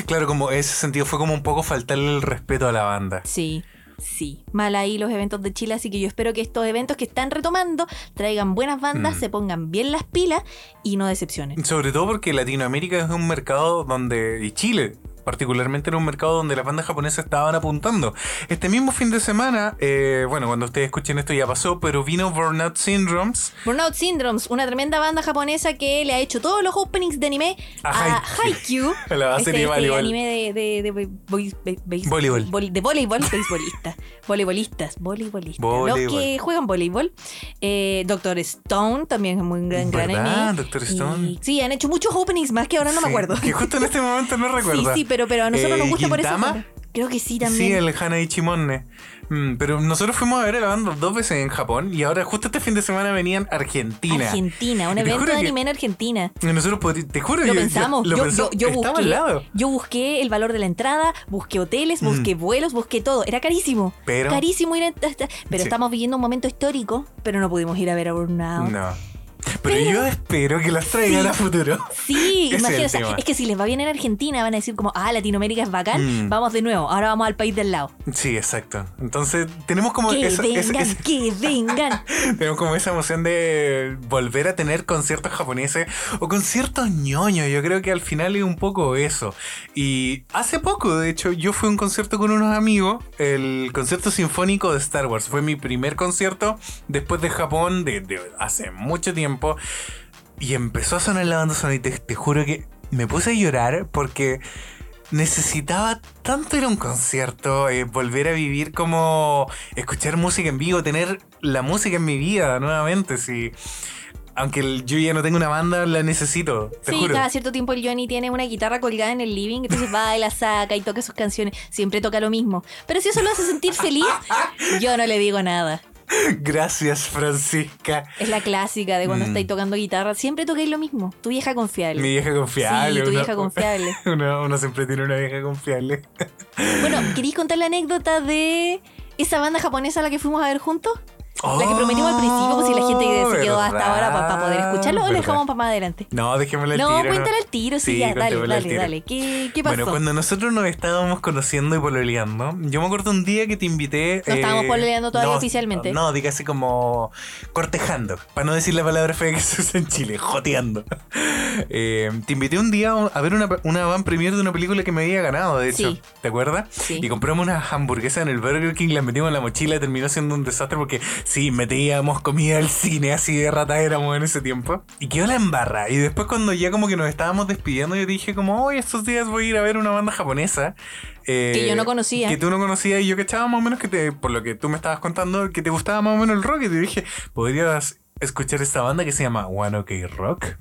Speaker 1: Claro, como ese sentido fue como un poco faltarle el respeto a la banda.
Speaker 2: Sí. Sí, mal ahí los eventos de Chile, así que yo espero que estos eventos que están retomando traigan buenas bandas,
Speaker 1: Mm.
Speaker 2: se pongan bien las pilas y no
Speaker 1: <laughs>
Speaker 2: decepcionen.
Speaker 1: Sobre todo porque Latinoamérica es un mercado donde. y Chile. Particularmente era un mercado donde las bandas japonesas estaban apuntando. Este mismo fin de semana, eh, bueno, cuando ustedes escuchen esto ya pasó, pero vino Burnout Syndromes
Speaker 2: Burnout Syndromes, una tremenda banda japonesa que le ha hecho todos los openings de anime
Speaker 1: A
Speaker 2: a
Speaker 1: Haikyuu.
Speaker 2: Haikyuu.
Speaker 1: <laughs> a la base
Speaker 2: Este,
Speaker 1: de
Speaker 2: este
Speaker 1: voleibol.
Speaker 2: anime de, de, de boi- boi- be- beis-
Speaker 1: Voleibol.
Speaker 2: vol- de voleibol, beisbolista. <laughs> Voleibolistas, voleibolistas.
Speaker 1: Voleibol.
Speaker 2: Los que juegan voleibol. Eh, Doctor Stone también es muy gran, gran
Speaker 1: ¿Verdad?
Speaker 2: anime.
Speaker 1: Doctor
Speaker 2: Y-
Speaker 1: Stone.
Speaker 2: sí, han hecho muchos openings más que ahora no me
Speaker 1: Sí,
Speaker 2: acuerdo.
Speaker 1: Que justo en este momento no recuerdo.
Speaker 2: <laughs> Sí, sí, pero, pero a nosotros
Speaker 1: Eh,
Speaker 2: nos gusta
Speaker 1: Gintama.
Speaker 2: por eso. Creo que sí
Speaker 1: Sí,
Speaker 2: también.
Speaker 1: el Hanaichi Monne. Mm, pero nosotros fuimos a ver a la banda dos veces en Japón y ahora justo este fin de semana venían a Argentina.
Speaker 2: Argentina, un
Speaker 1: Te
Speaker 2: evento
Speaker 1: juro
Speaker 2: de
Speaker 1: que-
Speaker 2: anime en Argentina.
Speaker 1: Y nosotros, podri- te juro,
Speaker 2: Lo
Speaker 1: yo- yo-
Speaker 2: pensamos,
Speaker 1: lo
Speaker 2: yo,
Speaker 1: pensamos.
Speaker 2: yo- yo
Speaker 1: Estaba
Speaker 2: busqué,
Speaker 1: al lado.
Speaker 2: yo busqué el valor de la entrada, busqué
Speaker 1: Mm.
Speaker 2: hoteles, busqué vuelos, busqué todo. Era carísimo.
Speaker 1: Pero-
Speaker 2: carísimo ir a- hasta- pero
Speaker 1: Sí.
Speaker 2: estamos viviendo un momento histórico, pero no pudimos ir a ver a Burnout.
Speaker 1: No. Pero, yo espero que las traigan
Speaker 2: Sí.
Speaker 1: a futuro.
Speaker 2: Sí,
Speaker 1: <laughs> Ese es
Speaker 2: imagínate.
Speaker 1: el
Speaker 2: o sea,
Speaker 1: tema.
Speaker 2: es que si les va bien en Argentina, van a decir como, ah, Latinoamérica es bacán,
Speaker 1: Mm.
Speaker 2: vamos de nuevo, ahora vamos al país del lado.
Speaker 1: Sí, exacto. Entonces, tenemos como
Speaker 2: Que
Speaker 1: esa, esa-
Speaker 2: vengan,
Speaker 1: esa-
Speaker 2: que vengan.
Speaker 1: <laughs> tenemos como esa emoción de volver a tener conciertos japoneses o conciertos ñoños. Yo creo que al final es un poco eso. Y hace poco, de hecho, yo fui a un concierto con unos amigos, el concierto sinfónico de Star Wars. Fue mi primer concierto después de Japón de, de hace mucho tiempo. Y empezó a sonar la banda sonora y te, te juro que me puse a llorar porque necesitaba tanto ir a un concierto, eh, volver a vivir como escuchar música en vivo, tener la música en mi vida nuevamente. Si, aunque el- yo ya no tengo una banda, la necesito, <laughs> te
Speaker 2: Sí,
Speaker 1: juro.
Speaker 2: cada cierto tiempo el Johnny tiene una guitarra colgada en el living, entonces va y la saca y toca sus canciones. Siempre toca lo mismo. Pero si eso lo hace
Speaker 1: <laughs>
Speaker 2: sentir feliz, yo no le digo nada.
Speaker 1: <laughs> Gracias, Francisca.
Speaker 2: Es la clásica de cuando
Speaker 1: Mm.
Speaker 2: estáis tocando guitarra. Siempre tocáis lo mismo. Tu vieja confiable.
Speaker 1: Mi vieja confiable.
Speaker 2: Sí, tu
Speaker 1: uno-
Speaker 2: vieja confiable.
Speaker 1: Uno, uno siempre tiene una vieja confiable.
Speaker 2: Bueno, ¿queréis contar la anécdota de esa banda japonesa a la que fuimos a ver juntos? La que prometimos al principio, pues si la gente
Speaker 1: Oh,
Speaker 2: se quedó hasta ahora para poder escucharlo, o
Speaker 1: lo
Speaker 2: la dejamos para más adelante.
Speaker 1: No, dejémosla al
Speaker 2: No,
Speaker 1: tiro.
Speaker 2: cuéntale al tiro, sí,
Speaker 1: Sí,
Speaker 2: ya, dale,
Speaker 1: contémosla al
Speaker 2: dale,
Speaker 1: tiro.
Speaker 2: dale. ¿Qué, qué pasó?
Speaker 1: Bueno, cuando nosotros nos estábamos conociendo y pololeando, yo me acuerdo un día que te invité. eh,
Speaker 2: No estábamos pololeando todavía oficialmente.
Speaker 1: No, dígase como cortejando, para no decir la palabra fea que se usa en Chile, joteando. Eh, te invité un día a ver una, una van premiere de una película que me había ganado, de hecho.
Speaker 2: Sí.
Speaker 1: ¿Te acuerdas?
Speaker 2: Sí.
Speaker 1: Y compramos unas hamburguesas en el Burger King, las metimos en la mochila y terminó siendo un desastre porque sí, metíamos comida al cine, así de ratas éramos en ese tiempo. Y quedó la embarra. Y después cuando ya como que nos estábamos despidiendo, yo dije como, hoy estos días voy a ir a ver una banda japonesa. eh,
Speaker 2: Que yo no conocía.
Speaker 1: Que tú no conocías y yo cachaba más o menos que te, por lo que tú me estabas contando, que te gustaba más o menos el rock. Y te dije, podrías escuchar esta banda que se llama One OK Rock.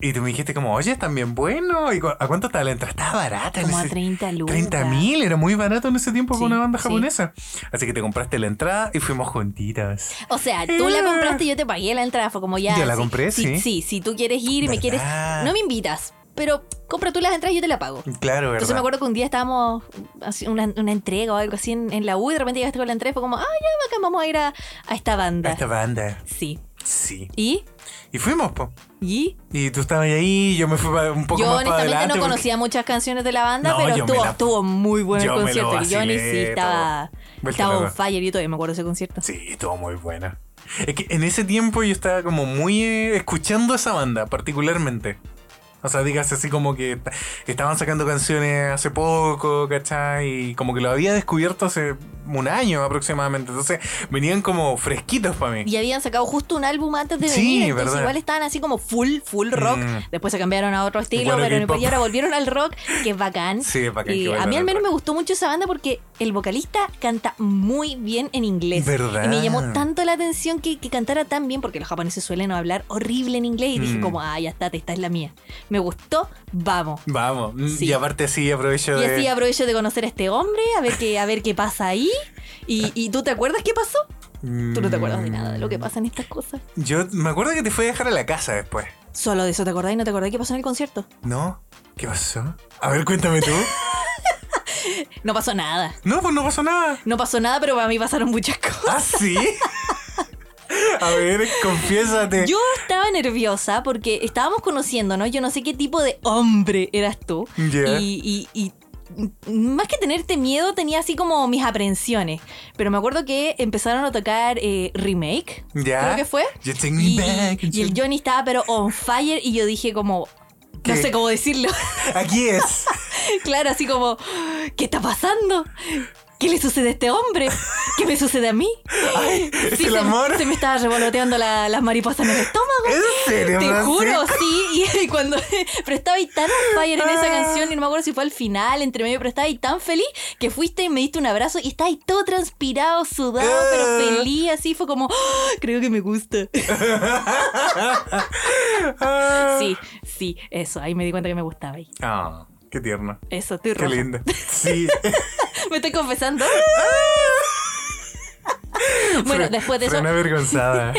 Speaker 1: Y tú me dijiste como, oye, están bien bueno. ¿Y cu- ¿A cuánto estaba la entrada? Estaba barata. en
Speaker 2: Como a
Speaker 1: ese-
Speaker 2: 30 lucas.
Speaker 1: 30 mil, era muy barato en ese tiempo
Speaker 2: Sí,
Speaker 1: para una banda
Speaker 2: sí.
Speaker 1: japonesa. Así que te compraste la entrada y fuimos juntitas.
Speaker 2: O sea, tú la compraste y yo te pagué la entrada. Fue como ya.
Speaker 1: Eh. Yo la
Speaker 2: sí,
Speaker 1: compré, sí.
Speaker 2: Sí, si tú quieres ir y me
Speaker 1: ¿Verdad?
Speaker 2: quieres. No me invitas, pero compra tú las entradas y yo te la pago.
Speaker 1: Claro, ¿verdad?
Speaker 2: Entonces me acuerdo que un día estábamos haciendo una, una entrega o algo así en, en la U y de repente llegaste con la entrada y fue como, ah, ya, bacán, vamos a ir a, a esta
Speaker 1: A
Speaker 2: banda.
Speaker 1: Esta banda.
Speaker 2: Sí.
Speaker 1: Sí.
Speaker 2: ¿Y?
Speaker 1: Y fuimos, po.
Speaker 2: ¿Y?
Speaker 1: Y tú estabas ahí, yo me fui pa- un poco
Speaker 2: Yo
Speaker 1: más para
Speaker 2: honestamente
Speaker 1: adelante.
Speaker 2: no
Speaker 1: porque-
Speaker 2: conocía muchas canciones de la banda,
Speaker 1: No,
Speaker 2: pero
Speaker 1: yo me
Speaker 2: estuvo,
Speaker 1: la-
Speaker 2: estuvo muy bueno
Speaker 1: yo
Speaker 2: el
Speaker 1: me lo
Speaker 2: concierto. Y Johnny sí
Speaker 1: vacilé
Speaker 2: estaba,
Speaker 1: todo.
Speaker 2: estaba on
Speaker 1: Vuelta loca.
Speaker 2: fire, yo todavía me acuerdo de ese concierto.
Speaker 1: Sí, estuvo muy buena. Es que en ese tiempo yo estaba como muy eh, escuchando esa banda, particularmente. O sea, digas así como que est- estaban sacando canciones hace poco, ¿cachai? Y como que lo había descubierto hace un año aproximadamente. Entonces venían como fresquitos para mí.
Speaker 2: Y habían sacado justo un álbum antes de
Speaker 1: Sí,
Speaker 2: venir, entonces
Speaker 1: verdad.
Speaker 2: igual estaban así como full, full rock.
Speaker 1: Mm.
Speaker 2: Después se cambiaron a otro estilo,
Speaker 1: Bueno,
Speaker 2: pero
Speaker 1: K-pop.
Speaker 2: y ahora volvieron al rock, que es bacán.
Speaker 1: Sí, para que
Speaker 2: Y a mí al menos me gustó mucho esa banda porque el vocalista canta muy bien en inglés.
Speaker 1: ¿Verdad?
Speaker 2: Y me llamó tanto la atención que, que cantara tan bien porque los japoneses suelen hablar horrible en inglés y dije
Speaker 1: Mm.
Speaker 2: como, ah, ya está, esta es la mía. Me gustó, vamos.
Speaker 1: Vamos, mm,
Speaker 2: Sí.
Speaker 1: y aparte así aprovecho
Speaker 2: Y
Speaker 1: de...
Speaker 2: así aprovecho de conocer a este hombre, a ver qué, a ver qué pasa ahí. Y, ¿Y tú te acuerdas qué pasó? Tú no te acuerdas de nada de lo que pasa en estas cosas.
Speaker 1: mm, Yo me acuerdo que te fui a dejar a la casa después,
Speaker 2: Solo de eso te acordás y no te acordás qué pasó en el concierto.
Speaker 1: ¿no? ¿Qué pasó? A ver, cuéntame tú.
Speaker 2: No pasó nada.
Speaker 1: no, pues no pasó nada.
Speaker 2: No pasó nada, pero para mí pasaron muchas <laughs> cosas.
Speaker 1: ¿Ah, sí? A ver, confiésate.
Speaker 2: Yo estaba nerviosa porque estábamos conociéndonos. Yo no sé qué tipo de hombre eras tú.
Speaker 1: Ya.
Speaker 2: Y, y- y más que tenerte miedo, tenía así como mis aprensiones. Pero me acuerdo que empezaron a tocar eh, Remake.
Speaker 1: Ya.
Speaker 2: Creo que fue.
Speaker 1: You take me
Speaker 2: Y,
Speaker 1: back.
Speaker 2: y el Johnny estaba pero on fire y yo dije como... No
Speaker 1: ¿Qué?
Speaker 2: sé cómo decirlo. <laughs>
Speaker 1: Aquí es.
Speaker 2: claro, así como... ¿Qué está pasando? ¿Qué le sucede a este hombre? ¿Qué me sucede a mí?
Speaker 1: <laughs> es
Speaker 2: <laughs> Sí,
Speaker 1: el
Speaker 2: se-
Speaker 1: amor.
Speaker 2: Se, me estaba revoloteando la- las mariposas en el estómago.
Speaker 1: ¿En serio,
Speaker 2: Te
Speaker 1: Francisco?
Speaker 2: juro, sí. Y cuando. <laughs> Pero estaba ahí tan on fire en esa
Speaker 1: Ah.
Speaker 2: canción, y no me acuerdo si fue al final, entre medio, pero estaba ahí tan feliz que fuiste y me diste un abrazo y estaba ahí todo transpirado, sudado,
Speaker 1: Ah.
Speaker 2: pero feliz, así. Fue como, "Ah, creo que me gusta.
Speaker 1: Ah.
Speaker 2: Sí, sí, eso. Ahí me di cuenta que me gustaba. ahí.
Speaker 1: Ah, qué tierno.
Speaker 2: Eso, estoy
Speaker 1: Qué
Speaker 2: roja.
Speaker 1: lindo.
Speaker 2: <laughs>
Speaker 1: Ah. Sí.
Speaker 2: Me estoy <laughs> confesando. Bueno,
Speaker 1: Fre-
Speaker 2: después de eso,
Speaker 1: frena
Speaker 2: <laughs>
Speaker 1: avergonzada.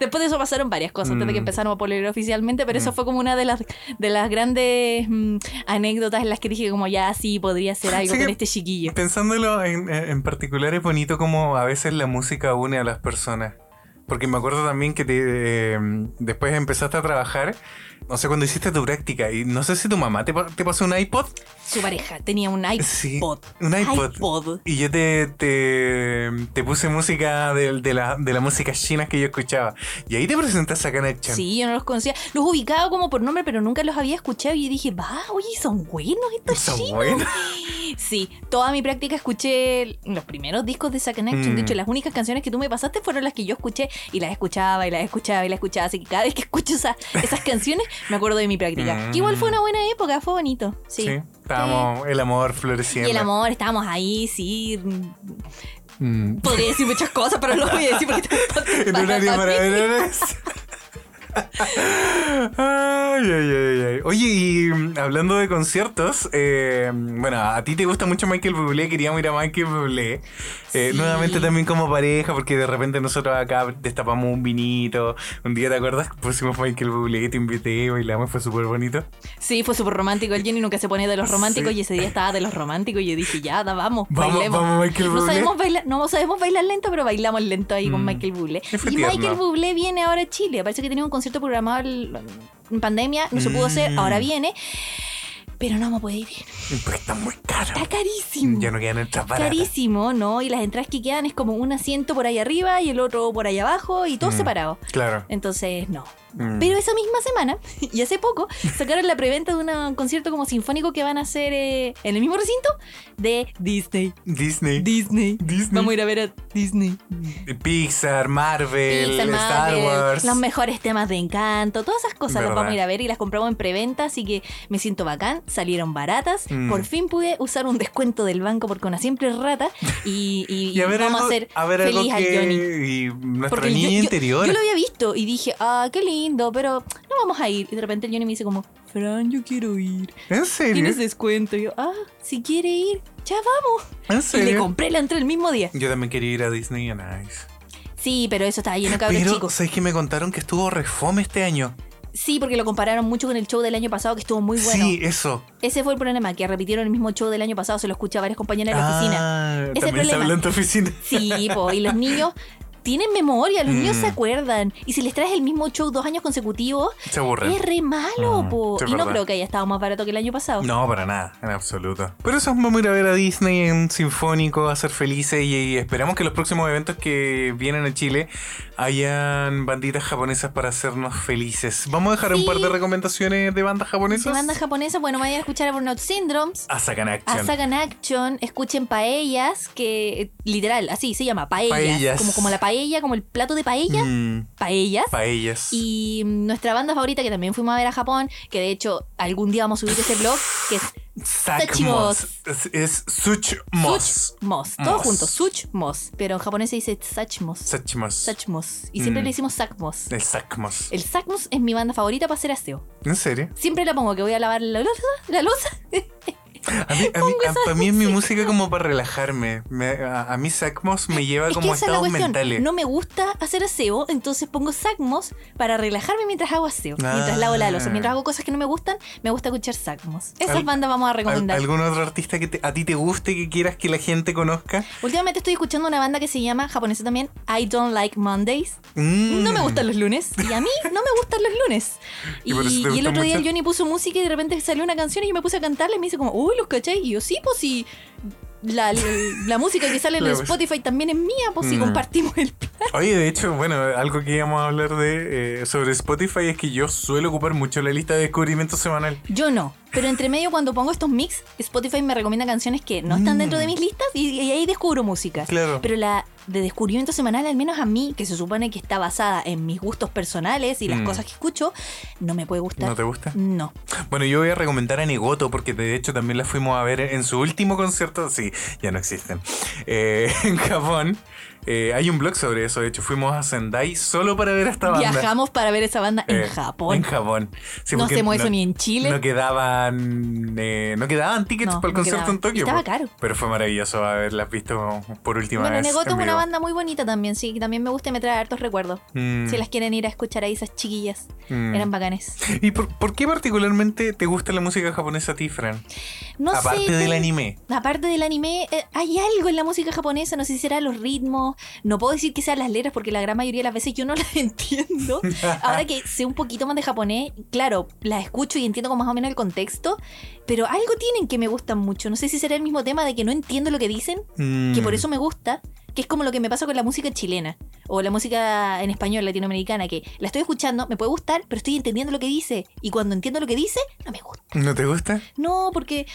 Speaker 2: después de eso pasaron varias cosas antes de que
Speaker 1: Mm.
Speaker 2: empezáramos a poner oficialmente, pero eso fue como una de las de las grandes mm, anécdotas en las que dije como ya sí podría ser algo
Speaker 1: Sí que-
Speaker 2: con este chiquillo.
Speaker 1: Pensándolo en, en particular es bonito como a veces la música une a las personas. Porque me acuerdo también que te, eh, después empezaste a trabajar, no sé, cuando hiciste tu práctica, y no sé si tu mamá te, pa- te pasó un iPod.
Speaker 2: Su pareja tenía un iPod.
Speaker 1: Sí, un iPod.
Speaker 2: iPod.
Speaker 1: Y yo te, te, te puse música de, de la, de la música china que yo escuchaba. Y ahí te presentaste a Kanet Chan.
Speaker 2: Sí, yo no los conocía. Los ubicaba como por nombre, pero nunca los había escuchado. Y dije, va, oye, son buenos estos
Speaker 1: Son
Speaker 2: chinos.
Speaker 1: buenos.
Speaker 2: Sí, toda mi práctica escuché los primeros discos de Zack Action. De
Speaker 1: Mm.
Speaker 2: hecho, las únicas canciones que tú me pasaste fueron las que yo escuché y las escuchaba y las escuchaba y las escuchaba. Así que cada vez que escucho esa-
Speaker 1: <laughs>
Speaker 2: esas canciones, me acuerdo de mi práctica.
Speaker 1: Mm.
Speaker 2: Que igual fue una buena época, fue bonito. Sí.
Speaker 1: estábamos el amor floreciendo.
Speaker 2: Y el amor, estábamos ahí, sí. mm,
Speaker 1: Mm.
Speaker 2: Podría decir muchas cosas, pero no lo voy a
Speaker 1: <laughs>
Speaker 2: decir porque tengo un podcast
Speaker 1: En
Speaker 2: para
Speaker 1: horario
Speaker 2: mí.
Speaker 1: para verones. Ay, ay, ay, ay. Oye, y mm, hablando de conciertos, eh, bueno, a ti te gusta mucho Michael Bublé, queríamos ir a Michael Bublé. Eh,
Speaker 2: Sí.
Speaker 1: Nuevamente también como pareja, porque de repente nosotros acá destapamos un vinito. Un día, ¿te acuerdas? Pusimos Michael Bublé, te invité, bailamos, fue súper bonito.
Speaker 2: Sí, fue súper romántico. El Jenny nunca se pone de los románticos
Speaker 1: Sí.
Speaker 2: y ese día estaba de los románticos y yo dije, ya, da, vamos,
Speaker 1: Vamos,
Speaker 2: bailemos.
Speaker 1: vamos, Michael
Speaker 2: no,
Speaker 1: Bublé.
Speaker 2: sabemos bailar, no sabemos bailar lento, pero bailamos lento ahí con
Speaker 1: Mm.
Speaker 2: Michael Bublé.
Speaker 1: Y fue
Speaker 2: Y
Speaker 1: tierno.
Speaker 2: Michael Bublé viene ahora a Chile. Parece que tenía un concierto programado el- en pandemia, no se pudo hacer,
Speaker 1: Mm.
Speaker 2: ahora viene. Pero no me puede ir.
Speaker 1: Porque está muy caro.
Speaker 2: Está carísimo.
Speaker 1: Ya no quedan entradas baratas.
Speaker 2: carísimo, ¿no? Y las entradas que quedan es como un asiento por ahí arriba y el otro por ahí abajo y todo
Speaker 1: Mm.
Speaker 2: separado.
Speaker 1: Claro.
Speaker 2: Entonces, no.
Speaker 1: Mm.
Speaker 2: Pero esa misma semana, <laughs> y hace poco, sacaron la preventa de una- un concierto como sinfónico que van a hacer eh, en el mismo recinto de Disney.
Speaker 1: Disney.
Speaker 2: Disney.
Speaker 1: Disney.
Speaker 2: Vamos a ir a ver a Disney.
Speaker 1: Pixar, Marvel,
Speaker 2: Pixar,
Speaker 1: Star
Speaker 2: Marvel,
Speaker 1: Wars.
Speaker 2: eh, Los mejores temas de encanto, todas esas cosas
Speaker 1: Verdad.
Speaker 2: las vamos a ir a ver y las compramos en preventa, así que me siento bacán, salieron baratas.
Speaker 1: Mm.
Speaker 2: Por fin pude usar un descuento del banco porque una siempre rata y,
Speaker 1: <laughs>
Speaker 2: y-
Speaker 1: Y a ver,
Speaker 2: vamos
Speaker 1: algo,
Speaker 2: a hacer
Speaker 1: a ver algo
Speaker 2: feliz al
Speaker 1: que-
Speaker 2: Johnny.
Speaker 1: Y nuestro
Speaker 2: Porque
Speaker 1: niño
Speaker 2: yo- yo-
Speaker 1: interior.
Speaker 2: Yo lo había visto y dije, ah, qué lindo, pero no vamos a ir. Y de repente el Johnny me dice como, Fran, yo quiero ir.
Speaker 1: ¿En serio?
Speaker 2: Tienes descuento. Y yo, ah, si quiere ir, ya vamos.
Speaker 1: ¿En
Speaker 2: Y le
Speaker 1: serio?
Speaker 2: compré la entrada el mismo día.
Speaker 1: Yo también quería ir a Disney and Ice.
Speaker 2: Sí, pero eso estaba lleno de cabros
Speaker 1: Pero,
Speaker 2: chicos.
Speaker 1: ¿sabes que me contaron que estuvo refome este año?
Speaker 2: Sí, porque lo compararon mucho con el show del año pasado, que estuvo muy bueno.
Speaker 1: Sí, eso.
Speaker 2: Ese fue el problema, que repitieron el mismo show del año pasado, se lo escuché a varias compañeras de la oficina.
Speaker 1: Ah,
Speaker 2: el
Speaker 1: también se
Speaker 2: problema.
Speaker 1: habló en tu oficina. <laughs>
Speaker 2: Sí, po, y los niños tienen memoria, los niños
Speaker 1: Mm.
Speaker 2: se acuerdan. Y si les traes el mismo show dos años consecutivos,
Speaker 1: Se aburren.
Speaker 2: es re malo,
Speaker 1: Mm,
Speaker 2: po.
Speaker 1: sí, es
Speaker 2: y no
Speaker 1: verdad.
Speaker 2: creo que haya estado más barato que el año pasado.
Speaker 1: No, para nada, en absoluto. Pero eso vamos a ir a ver a Disney en Sinfónico, a ser felices y, y esperamos que los próximos eventos que vienen a Chile hayan banditas japonesas para hacernos felices. Vamos a dejar un
Speaker 2: Sí.
Speaker 1: par de recomendaciones de bandas japonesas.
Speaker 2: De bandas japonesas, bueno, vayan a escuchar a Burnout Syndromes,
Speaker 1: a Sakan
Speaker 2: a
Speaker 1: Action.
Speaker 2: Sagan Action, escuchen Paellas, que eh, literal, así se llama, Paellas.
Speaker 1: Paellas.
Speaker 2: Como, como la paella, como el plato de paella,
Speaker 1: Mm,
Speaker 2: Paellas.
Speaker 1: paellas.
Speaker 2: Y mm, nuestra banda favorita, que también fuimos a ver a Japón, que de hecho algún día vamos a subir ese blog, que es
Speaker 1: Sakmos. Es, es Suchmos.
Speaker 2: Moss.
Speaker 1: Moss.
Speaker 2: Todos juntos, Suchmos. Pero en japonés se dice Sachmos.
Speaker 1: Sachmos.
Speaker 2: Sachmos. Y siempre
Speaker 1: Mm.
Speaker 2: le decimos Sakmos.
Speaker 1: El Sakmos.
Speaker 2: El Sakmos es mi banda favorita para hacer aseo.
Speaker 1: ¿En serio?
Speaker 2: Siempre la pongo que voy a lavar la losa, la losa.
Speaker 1: A mí, a mí,
Speaker 2: Pongo
Speaker 1: a-
Speaker 2: esa
Speaker 1: para mí es mi música como para relajarme. Me- a, a mí Sakmos me lleva
Speaker 2: Es
Speaker 1: como
Speaker 2: que
Speaker 1: a
Speaker 2: esa es la
Speaker 1: estados
Speaker 2: cuestión.
Speaker 1: mentales.
Speaker 2: No me gusta hacer aseo, entonces pongo Sacmos para relajarme mientras hago aseo.
Speaker 1: Ah.
Speaker 2: Mientras lavo la losa. Mientras hago cosas que no me gustan, me gusta escuchar Sacmos. Esas
Speaker 1: Al-
Speaker 2: bandas vamos a
Speaker 1: ¿Al-
Speaker 2: recomendar.
Speaker 1: ¿Algún otro artista que te- a ti te guste, que quieras que la gente conozca?
Speaker 2: Últimamente estoy escuchando una banda que se llama, japonesa también, I Don't Like Mondays.
Speaker 1: Mm.
Speaker 2: No me gustan los lunes. Y a mí no me gustan los lunes.
Speaker 1: ¿Y
Speaker 2: Y,
Speaker 1: por eso te
Speaker 2: y el
Speaker 1: gustan
Speaker 2: otro día el
Speaker 1: mucho?
Speaker 2: Johnny puso música y de repente salió una canción y yo me puse a cantarla y me dice como, uy, chilenos, ¿cachai? Y yo sí, pues sí. La, la- la música que sale
Speaker 1: <laughs>
Speaker 2: en
Speaker 1: La
Speaker 2: el
Speaker 1: música.
Speaker 2: Spotify también es mía, pues si
Speaker 1: Mm.
Speaker 2: compartimos el
Speaker 1: Oye, de hecho, bueno, algo que íbamos a hablar de eh, sobre Spotify es que yo suelo ocupar mucho la lista de descubrimiento semanal.
Speaker 2: Yo no. Pero entre medio cuando pongo estos mix, Spotify me recomienda canciones que no están
Speaker 1: Mm.
Speaker 2: dentro de mis listas y, y ahí descubro música.
Speaker 1: Claro.
Speaker 2: Pero la de descubrimiento semanal, al menos a mí, que se supone que está basada en mis gustos personales y las
Speaker 1: Mm.
Speaker 2: cosas que escucho, no me puede gustar.
Speaker 1: ¿No te gusta?
Speaker 2: No.
Speaker 1: Bueno, yo voy a recomendar a Negoto porque de hecho también la fuimos a ver en su último concierto. Sí, ya no existen. Eh, <laughs> en Japón. Eh, hay un blog sobre eso. De hecho, fuimos a Sendai solo para ver a <laughs> esta banda.
Speaker 2: Viajamos para ver esa banda
Speaker 1: Eh,
Speaker 2: en Japón.
Speaker 1: En Japón. Sí,
Speaker 2: no
Speaker 1: porque
Speaker 2: hacemos
Speaker 1: no-
Speaker 2: eso ni en Chile.
Speaker 1: No quedaban, eh, no quedaban tickets
Speaker 2: No,
Speaker 1: para el
Speaker 2: no
Speaker 1: concierto
Speaker 2: quedaban.
Speaker 1: en Tokio. pues.
Speaker 2: Y estaba
Speaker 1: po.
Speaker 2: caro.
Speaker 1: Pero fue maravilloso haberlas visto por última
Speaker 2: bueno,
Speaker 1: vez. en
Speaker 2: Negoto es una
Speaker 1: vivo.
Speaker 2: banda muy bonita también, sí, que también me gusta y me trae hartos recuerdos.
Speaker 1: Mm,
Speaker 2: Si las quieren ir a escuchar ahí esas chiquillas,
Speaker 1: mm.
Speaker 2: eran bacanes.
Speaker 1: ¿Y por, por qué particularmente te gusta la música japonesa a ti, Fran?
Speaker 2: No
Speaker 1: Aparte
Speaker 2: sé,
Speaker 1: del
Speaker 2: ten-
Speaker 1: anime.
Speaker 2: Aparte del anime, eh, hay algo en la música japonesa, no sé si será los ritmos, no puedo decir que sean las letras porque la gran mayoría de las veces yo no <laughs> las entiendo. Ahora que sé un poquito más de japonés, claro, las escucho y entiendo como más o menos el contexto, pero algo tienen que me gustan mucho. No sé si será el mismo tema de que no entiendo lo que dicen,
Speaker 1: Mm.
Speaker 2: que por eso me gusta, que es como lo que me pasa con la música chilena o la música en español latinoamericana, que la estoy escuchando, me puede gustar, pero estoy entendiendo lo que dice y cuando entiendo lo que dice, no me gusta.
Speaker 1: Mm. ¿No te gusta?
Speaker 2: No, porque,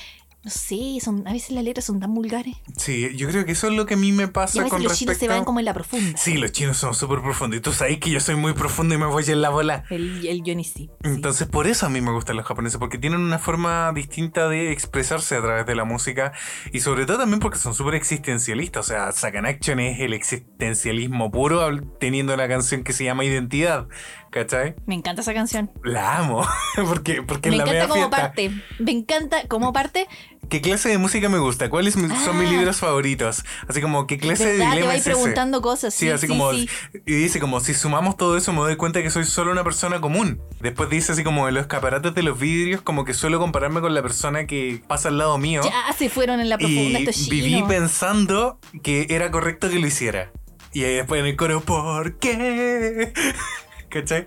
Speaker 2: no sé, son, a veces las letras son tan vulgares.
Speaker 1: Sí, yo creo que eso es lo que a mí me
Speaker 2: Y a
Speaker 1: pasa
Speaker 2: veces
Speaker 1: con
Speaker 2: los chinos se van
Speaker 1: respecto.
Speaker 2: como en la profunda.
Speaker 1: Sí, los chinos son súper profundos. Y tú sabes que yo soy muy profundo y me voy en la bola.
Speaker 2: El, el Johnny sí. sí.
Speaker 1: Entonces, por eso a mí me gustan los japoneses, porque tienen una forma distinta de expresarse a través de la música y sobre todo también porque son súper existencialistas. O sea, Sacan Action es el existencialismo puro habl- teniendo una canción que se llama Identidad. ¿Cachai?
Speaker 2: Me encanta esa canción.
Speaker 1: La amo. <laughs> porque porque
Speaker 2: Me
Speaker 1: es la
Speaker 2: encanta
Speaker 1: mea
Speaker 2: como
Speaker 1: fiesta.
Speaker 2: parte. Me encanta como parte.
Speaker 1: ¿Qué clase de música me gusta? ¿Cuáles mi- son mis
Speaker 2: Ah.
Speaker 1: libros favoritos? Así como, ¿qué clase de
Speaker 2: ¿verdad? Te
Speaker 1: dilema
Speaker 2: vais
Speaker 1: es ese?
Speaker 2: preguntando cosas.
Speaker 1: Sí,
Speaker 2: Sí,
Speaker 1: así
Speaker 2: sí,
Speaker 1: como.
Speaker 2: sí.
Speaker 1: Y dice como, si sumamos todo eso me doy cuenta que soy solo una persona común. Después dice así como, en los escaparates de los vidrios, como que suelo compararme con la persona que pasa al lado mío.
Speaker 2: Ya se fueron en la profunda
Speaker 1: y
Speaker 2: estos chinos.
Speaker 1: viví pensando que era correcto que lo hiciera. Y ahí después en el coro, ¿por qué? <laughs> ¿Cachai?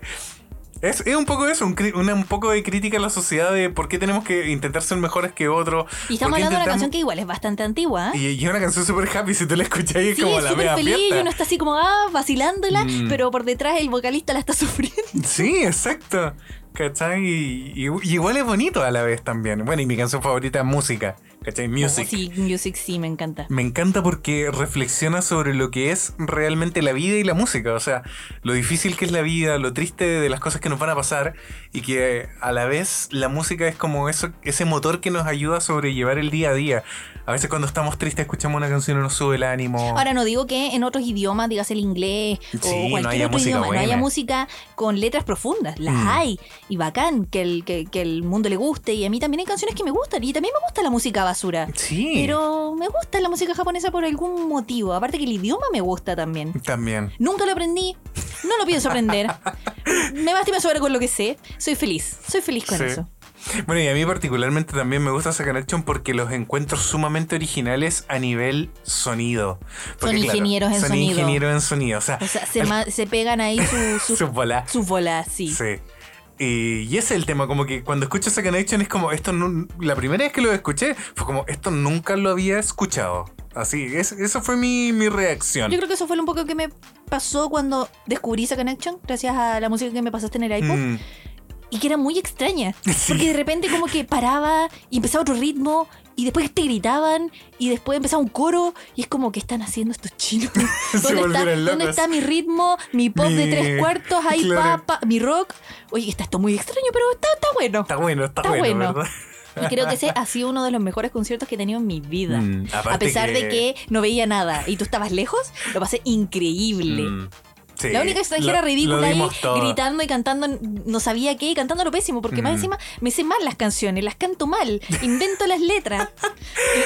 Speaker 1: Es, es un poco eso, un, cri- una- un poco de crítica a la sociedad de por qué tenemos que intentar ser mejores que otros.
Speaker 2: y
Speaker 1: por
Speaker 2: estamos
Speaker 1: qué
Speaker 2: hablando de una
Speaker 1: intentamos-
Speaker 2: canción que igual es bastante antigua. ¿eh?
Speaker 1: y, y es una canción súper happy, si tú la escuchás y es
Speaker 2: Sí,
Speaker 1: como
Speaker 2: es
Speaker 1: la
Speaker 2: súper
Speaker 1: mega
Speaker 2: feliz y
Speaker 1: fiesta.
Speaker 2: uno está así como ah, vacilándola,
Speaker 1: Mm.
Speaker 2: pero por detrás el vocalista la está <laughs> sufriendo.
Speaker 1: Sí, exacto. ¿Cachai? Y, y- y igual es bonito a la vez también. Bueno, y mi canción favorita es música. ¿Cachai? Music.
Speaker 2: Oh, sí, music sí, me encanta.
Speaker 1: Me encanta porque reflexiona sobre lo que es realmente la vida y la música. O sea, lo difícil que es la vida, lo triste de las cosas que nos van a pasar y que a la vez la música es como eso, ese motor que nos ayuda a sobrellevar el día a día. A veces cuando estamos tristes escuchamos una canción y nos sube el ánimo.
Speaker 2: Ahora no digo que en otros idiomas, digas el inglés
Speaker 1: Sí,
Speaker 2: o
Speaker 1: no
Speaker 2: cualquier
Speaker 1: haya
Speaker 2: otro
Speaker 1: música
Speaker 2: idioma,
Speaker 1: buena.
Speaker 2: no haya música con letras profundas, las
Speaker 1: Mm.
Speaker 2: hay y bacán que el, que, que el mundo le guste y a mí también hay canciones que me gustan y también me gusta la música basura.
Speaker 1: sí.
Speaker 2: Pero me gusta la música japonesa por algún motivo, aparte que el idioma me gusta también.
Speaker 1: También.
Speaker 2: Nunca lo aprendí, no lo
Speaker 1: <laughs>
Speaker 2: pienso aprender. me basta y me sobra con lo que sé. Soy feliz, soy feliz con
Speaker 1: Sí.
Speaker 2: eso.
Speaker 1: Bueno, y a mí particularmente también me gusta Sacan Action porque los encuentros sumamente originales a nivel sonido. Porque,
Speaker 2: Son ingenieros en
Speaker 1: son
Speaker 2: sonido.
Speaker 1: ingenieros en sonido. O sea,
Speaker 2: O sea, se,
Speaker 1: el-
Speaker 2: ma- se pegan ahí su-
Speaker 1: <laughs>
Speaker 2: su-
Speaker 1: sus bolas.
Speaker 2: sus bolas, sí.
Speaker 1: Sí. Y, y ese es el tema, como que cuando escucho esa Action es como, esto nu- la primera vez que lo escuché fue como, esto nunca lo había escuchado. Así, es, esa fue mi, mi reacción.
Speaker 2: Yo creo que eso fue un poco que me pasó cuando descubrí esa connection, gracias a la música que me pasaste en el
Speaker 1: <laughs>
Speaker 2: iPod,
Speaker 1: Mm,
Speaker 2: y que era muy extraña.
Speaker 1: <laughs> Sí.
Speaker 2: Porque de repente como que paraba y empezaba otro ritmo, y después te gritaban, y después empezaba un coro, y es como, ¿qué están haciendo estos
Speaker 1: <laughs>
Speaker 2: chinos? ¿Dónde, está,
Speaker 1: volvieron
Speaker 2: dónde
Speaker 1: locos.
Speaker 2: está mi ritmo, mi pop de
Speaker 1: Mi-
Speaker 2: tres cuartos, ahí
Speaker 1: claro.
Speaker 2: pa, pa, mi rock? Oye, está esto muy extraño, pero está, está bueno.
Speaker 1: Está bueno, está,
Speaker 2: Está
Speaker 1: bueno,
Speaker 2: bueno.
Speaker 1: ¿verdad?
Speaker 2: Y creo que ese ha sido uno de los mejores conciertos que he tenido en mi vida.
Speaker 1: Mm, aparte
Speaker 2: A pesar de que no veía nada y tú estabas lejos, lo pasé increíble.
Speaker 1: Mm, sí,
Speaker 2: La única extranjera
Speaker 1: lo- lo
Speaker 2: ridícula ahí
Speaker 1: dimos todo.
Speaker 2: gritando y cantando no sabía qué, y cantando lo pésimo, porque más
Speaker 1: Mm.
Speaker 2: encima me sé mal las canciones, las canto mal, invento las letras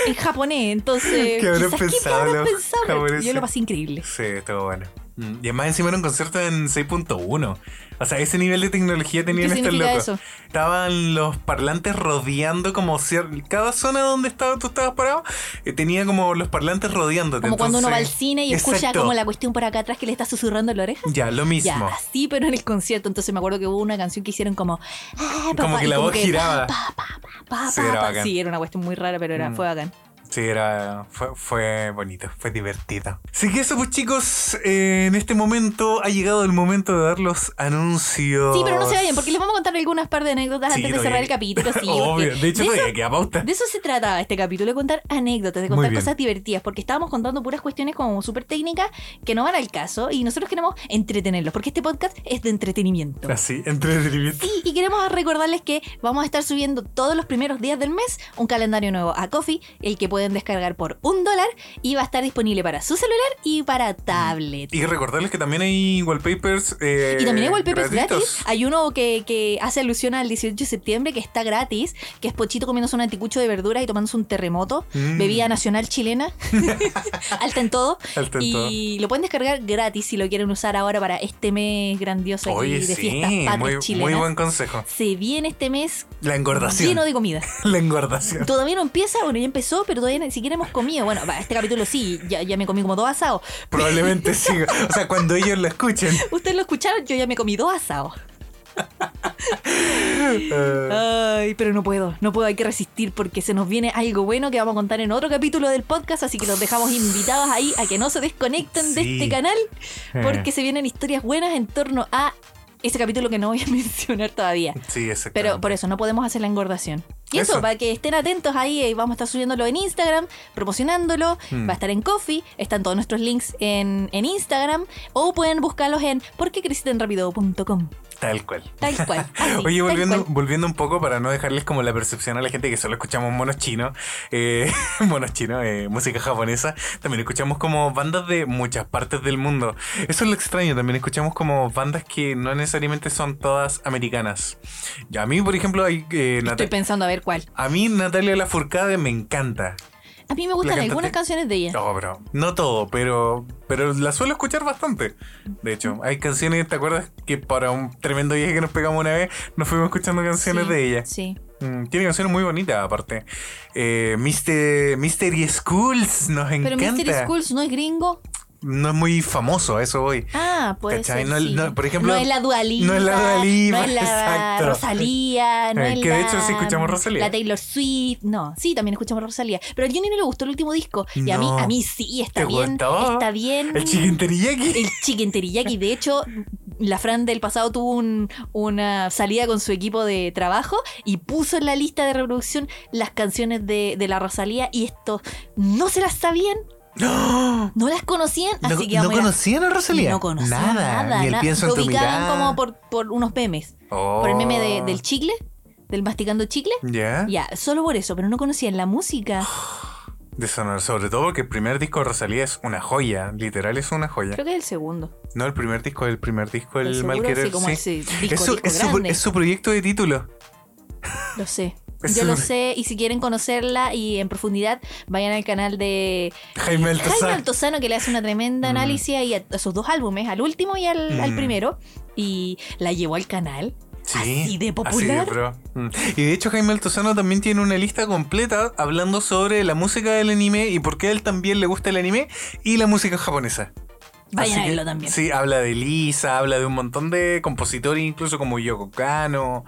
Speaker 2: en, en japonés, entonces
Speaker 1: ¿Qué habrán
Speaker 2: quizás, ¿qué
Speaker 1: pensado
Speaker 2: habrán
Speaker 1: los
Speaker 2: pensado?
Speaker 1: japoneses?
Speaker 2: Yo lo pasé increíble.
Speaker 1: Sí, estuvo bueno. Mm, Y además encima era un concierto en 6.1. O sea, ese nivel de tecnología tenían
Speaker 2: ¿Qué
Speaker 1: estos
Speaker 2: significa
Speaker 1: locos.
Speaker 2: eso?
Speaker 1: Estaban los parlantes rodeando como cier- cada zona donde estaba, tú estabas parado, eh, tenía como los parlantes rodeándote.
Speaker 2: Como cuando uno va al
Speaker 1: entonces-
Speaker 2: cine y escucha
Speaker 1: Exacto.
Speaker 2: como la cuestión por acá atrás que le está susurrando en la oreja.
Speaker 1: Ya, lo mismo.
Speaker 2: Ya, sí, pero en el concierto. Entonces me acuerdo que hubo una canción que hicieron como. "Ah, papá",
Speaker 1: Como que
Speaker 2: y
Speaker 1: la voz giraba.
Speaker 2: pa, pa, pa, pa,
Speaker 1: Sí,
Speaker 2: pa,
Speaker 1: era
Speaker 2: pa.
Speaker 1: bacán.
Speaker 2: Sí, era una cuestión muy rara, pero era,
Speaker 1: Mm.
Speaker 2: fue bacán.
Speaker 1: Sí, era, fue, fue bonito, fue divertido. Así que eso, pues chicos, eh, en este momento ha llegado el momento de dar los anuncios.
Speaker 2: Sí, pero no se vayan, porque les vamos a contar algunas par de anécdotas
Speaker 1: Sí,
Speaker 2: antes de
Speaker 1: todavía
Speaker 2: cerrar el
Speaker 1: que-
Speaker 2: capítulo. Sí, porque
Speaker 1: <laughs> Obvio, de hecho
Speaker 2: de
Speaker 1: todavía
Speaker 2: eso,
Speaker 1: queda pauta.
Speaker 2: de eso se trataba este capítulo, de contar anécdotas, de
Speaker 1: Muy
Speaker 2: contar
Speaker 1: bien.
Speaker 2: cosas divertidas, porque estábamos contando puras cuestiones como súper técnicas que no van al caso y nosotros queremos entretenerlos, porque este podcast es de entretenimiento.
Speaker 1: Así, entretenimiento.
Speaker 2: Sí, y queremos recordarles que vamos a estar subiendo todos los primeros días del mes un calendario nuevo a Coffee, el que pueden descargar por un dólar y va a estar disponible para su celular y para tablet.
Speaker 1: Y recordarles que también hay wallpapers. eh,
Speaker 2: Y también hay wallpapers gratis.
Speaker 1: gratuitos.
Speaker 2: Hay uno que, que hace alusión al 18 de septiembre, que está gratis, que es Pochito comiéndose un anticucho de verduras y tomándose un terremoto.
Speaker 1: Mm.
Speaker 2: Bebida nacional chilena,
Speaker 1: <laughs>
Speaker 2: alta en todo.
Speaker 1: Alto en todo.
Speaker 2: Y lo pueden descargar gratis si lo quieren usar ahora para este mes grandioso aquí
Speaker 1: Oye,
Speaker 2: de
Speaker 1: sí,
Speaker 2: fiestas patrias
Speaker 1: muy,
Speaker 2: chilenas.
Speaker 1: muy buen consejo.
Speaker 2: Se viene este mes
Speaker 1: La engordación.
Speaker 2: lleno de comida.
Speaker 1: <laughs> La
Speaker 2: <laughs>
Speaker 1: engordación.
Speaker 2: Todavía no empieza, bueno, ya empezó, pero todavía ni siquiera hemos comido. Bueno, va, este capítulo sí, ya, ya me comí como dos asados.
Speaker 1: Probablemente sí. O sea, cuando ellos lo
Speaker 2: <laughs>
Speaker 1: escuchen.
Speaker 2: Ustedes lo escucharon, yo ya me comí dos asados.
Speaker 1: eh,
Speaker 2: Ah, Ay, pero no puedo, no puedo, hay que resistir porque se nos viene algo bueno que vamos a contar en otro capítulo del podcast, así que los dejamos invitados ahí a que no se desconecten de
Speaker 1: Sí.
Speaker 2: este canal
Speaker 1: eh,
Speaker 2: porque se vienen historias buenas en torno a ese capítulo que no voy a <laughs> mencionar todavía.
Speaker 1: Sí, exacto.
Speaker 2: Pero por eso no podemos hacer la engordación. Y eso,
Speaker 1: Eso.
Speaker 2: para que estén atentos ahí, eh, vamos a estar subiéndolo en Instagram, promocionándolo,
Speaker 1: Mm.
Speaker 2: va a estar en Coffee, están todos nuestros links en, en Instagram, o pueden buscarlos en porquecrecitenrapido.com.
Speaker 1: Tal cual.
Speaker 2: Tal
Speaker 1: <laughs>
Speaker 2: cual. así,
Speaker 1: Oye,
Speaker 2: tal
Speaker 1: volviendo,
Speaker 2: cual.
Speaker 1: volviendo un poco para no dejarles como la percepción a la gente que solo escuchamos monos chinos, eh, <laughs> monos chinos, eh, música japonesa, también escuchamos como bandas de muchas partes del mundo. Eso es lo extraño, también escuchamos como bandas que no necesariamente son todas americanas. Y a mí, por ejemplo, hay, eh, Nata-
Speaker 2: Estoy pensando a ver cuál.
Speaker 1: a mí Natalia Lafourcade me encanta.
Speaker 2: A mí me gustan
Speaker 1: cantante.
Speaker 2: algunas canciones de ella.
Speaker 1: No, pero no todo, pero, pero la suelo escuchar bastante. De
Speaker 2: Mm.
Speaker 1: hecho, hay canciones, ¿te acuerdas? Que para un tremendo viaje que nos pegamos una vez, nos fuimos escuchando canciones
Speaker 2: Sí,
Speaker 1: de ella.
Speaker 2: Sí.
Speaker 1: Mm, Tiene canciones muy bonitas, aparte. Eh, Mister, Mystery Schools nos
Speaker 2: Pero
Speaker 1: encanta.
Speaker 2: Mystery Schools no es gringo.
Speaker 1: No es muy famoso, a eso voy.
Speaker 2: Ah, puede
Speaker 1: ¿Cachai?
Speaker 2: ser,
Speaker 1: No,
Speaker 2: sí.
Speaker 1: no, por ejemplo,
Speaker 2: No es la Dualipa.
Speaker 1: no es la Dua Lipa,
Speaker 2: No es la
Speaker 1: exacto.
Speaker 2: Rosalía. No
Speaker 1: Eh,
Speaker 2: es
Speaker 1: que de
Speaker 2: la-
Speaker 1: hecho sí escuchamos Rosalía.
Speaker 2: La Taylor Swift. No, sí, también escuchamos Rosalía. Pero a Johnny no le gustó el último disco. Y a mí,
Speaker 1: No.
Speaker 2: a mí sí, está
Speaker 1: ¿Te
Speaker 2: bien.
Speaker 1: gustó?
Speaker 2: Está bien.
Speaker 1: El Chicken Teriyaki.
Speaker 2: El chicken teriyaki. De hecho, la Fran del pasado tuvo un- una salida con su equipo de trabajo y puso en la lista de reproducción las canciones de, de la Rosalía y esto no se las sabían,
Speaker 1: No,
Speaker 2: no las conocían,
Speaker 1: no,
Speaker 2: así que
Speaker 1: no
Speaker 2: vamos a ir a-
Speaker 1: conocían a Rosalía.
Speaker 2: No conocían
Speaker 1: nada,
Speaker 2: nada,
Speaker 1: ni el
Speaker 2: nada.
Speaker 1: pienso en
Speaker 2: Lo
Speaker 1: tu
Speaker 2: ubicaban
Speaker 1: mirada. Oh.
Speaker 2: como por, por unos memes. Por el meme de- del chicle, del masticando chicle.
Speaker 1: ¿Ya?
Speaker 2: Ya, solo por eso, pero no conocían la música.
Speaker 1: Oh. De sonar, sobre todo porque el primer disco de Rosalía es una joya, literal es una joya.
Speaker 2: Creo que es el segundo.
Speaker 1: No, el primer disco, el primer disco, el,
Speaker 2: seguro,
Speaker 1: mal querer.
Speaker 2: sí, como
Speaker 1: sí.
Speaker 2: ese disco,
Speaker 1: Es su-
Speaker 2: disco
Speaker 1: es su-
Speaker 2: grande.
Speaker 1: es su proyecto de título.
Speaker 2: Lo sé.
Speaker 1: Es
Speaker 2: Yo lo
Speaker 1: sobre-
Speaker 2: sé y si quieren conocerla y en profundidad, vayan al canal de
Speaker 1: Jaime Altozano.
Speaker 2: Jaime Altozano que le hace una tremenda
Speaker 1: Mm.
Speaker 2: análisis ahí a, a sus dos álbumes, al último y al, al
Speaker 1: Mm.
Speaker 2: primero. Y la llevó al canal.
Speaker 1: Sí,
Speaker 2: Así de
Speaker 1: así de
Speaker 2: popular.
Speaker 1: pro. Mm. Y de hecho Jaime Altozano también tiene una lista completa hablando sobre la música del anime y por qué a él también le gusta el anime y la música japonesa.
Speaker 2: Vayan
Speaker 1: Así
Speaker 2: a
Speaker 1: que,
Speaker 2: verlo también.
Speaker 1: Sí, habla de Lisa, habla de un montón de compositores, incluso como Yoko Kano.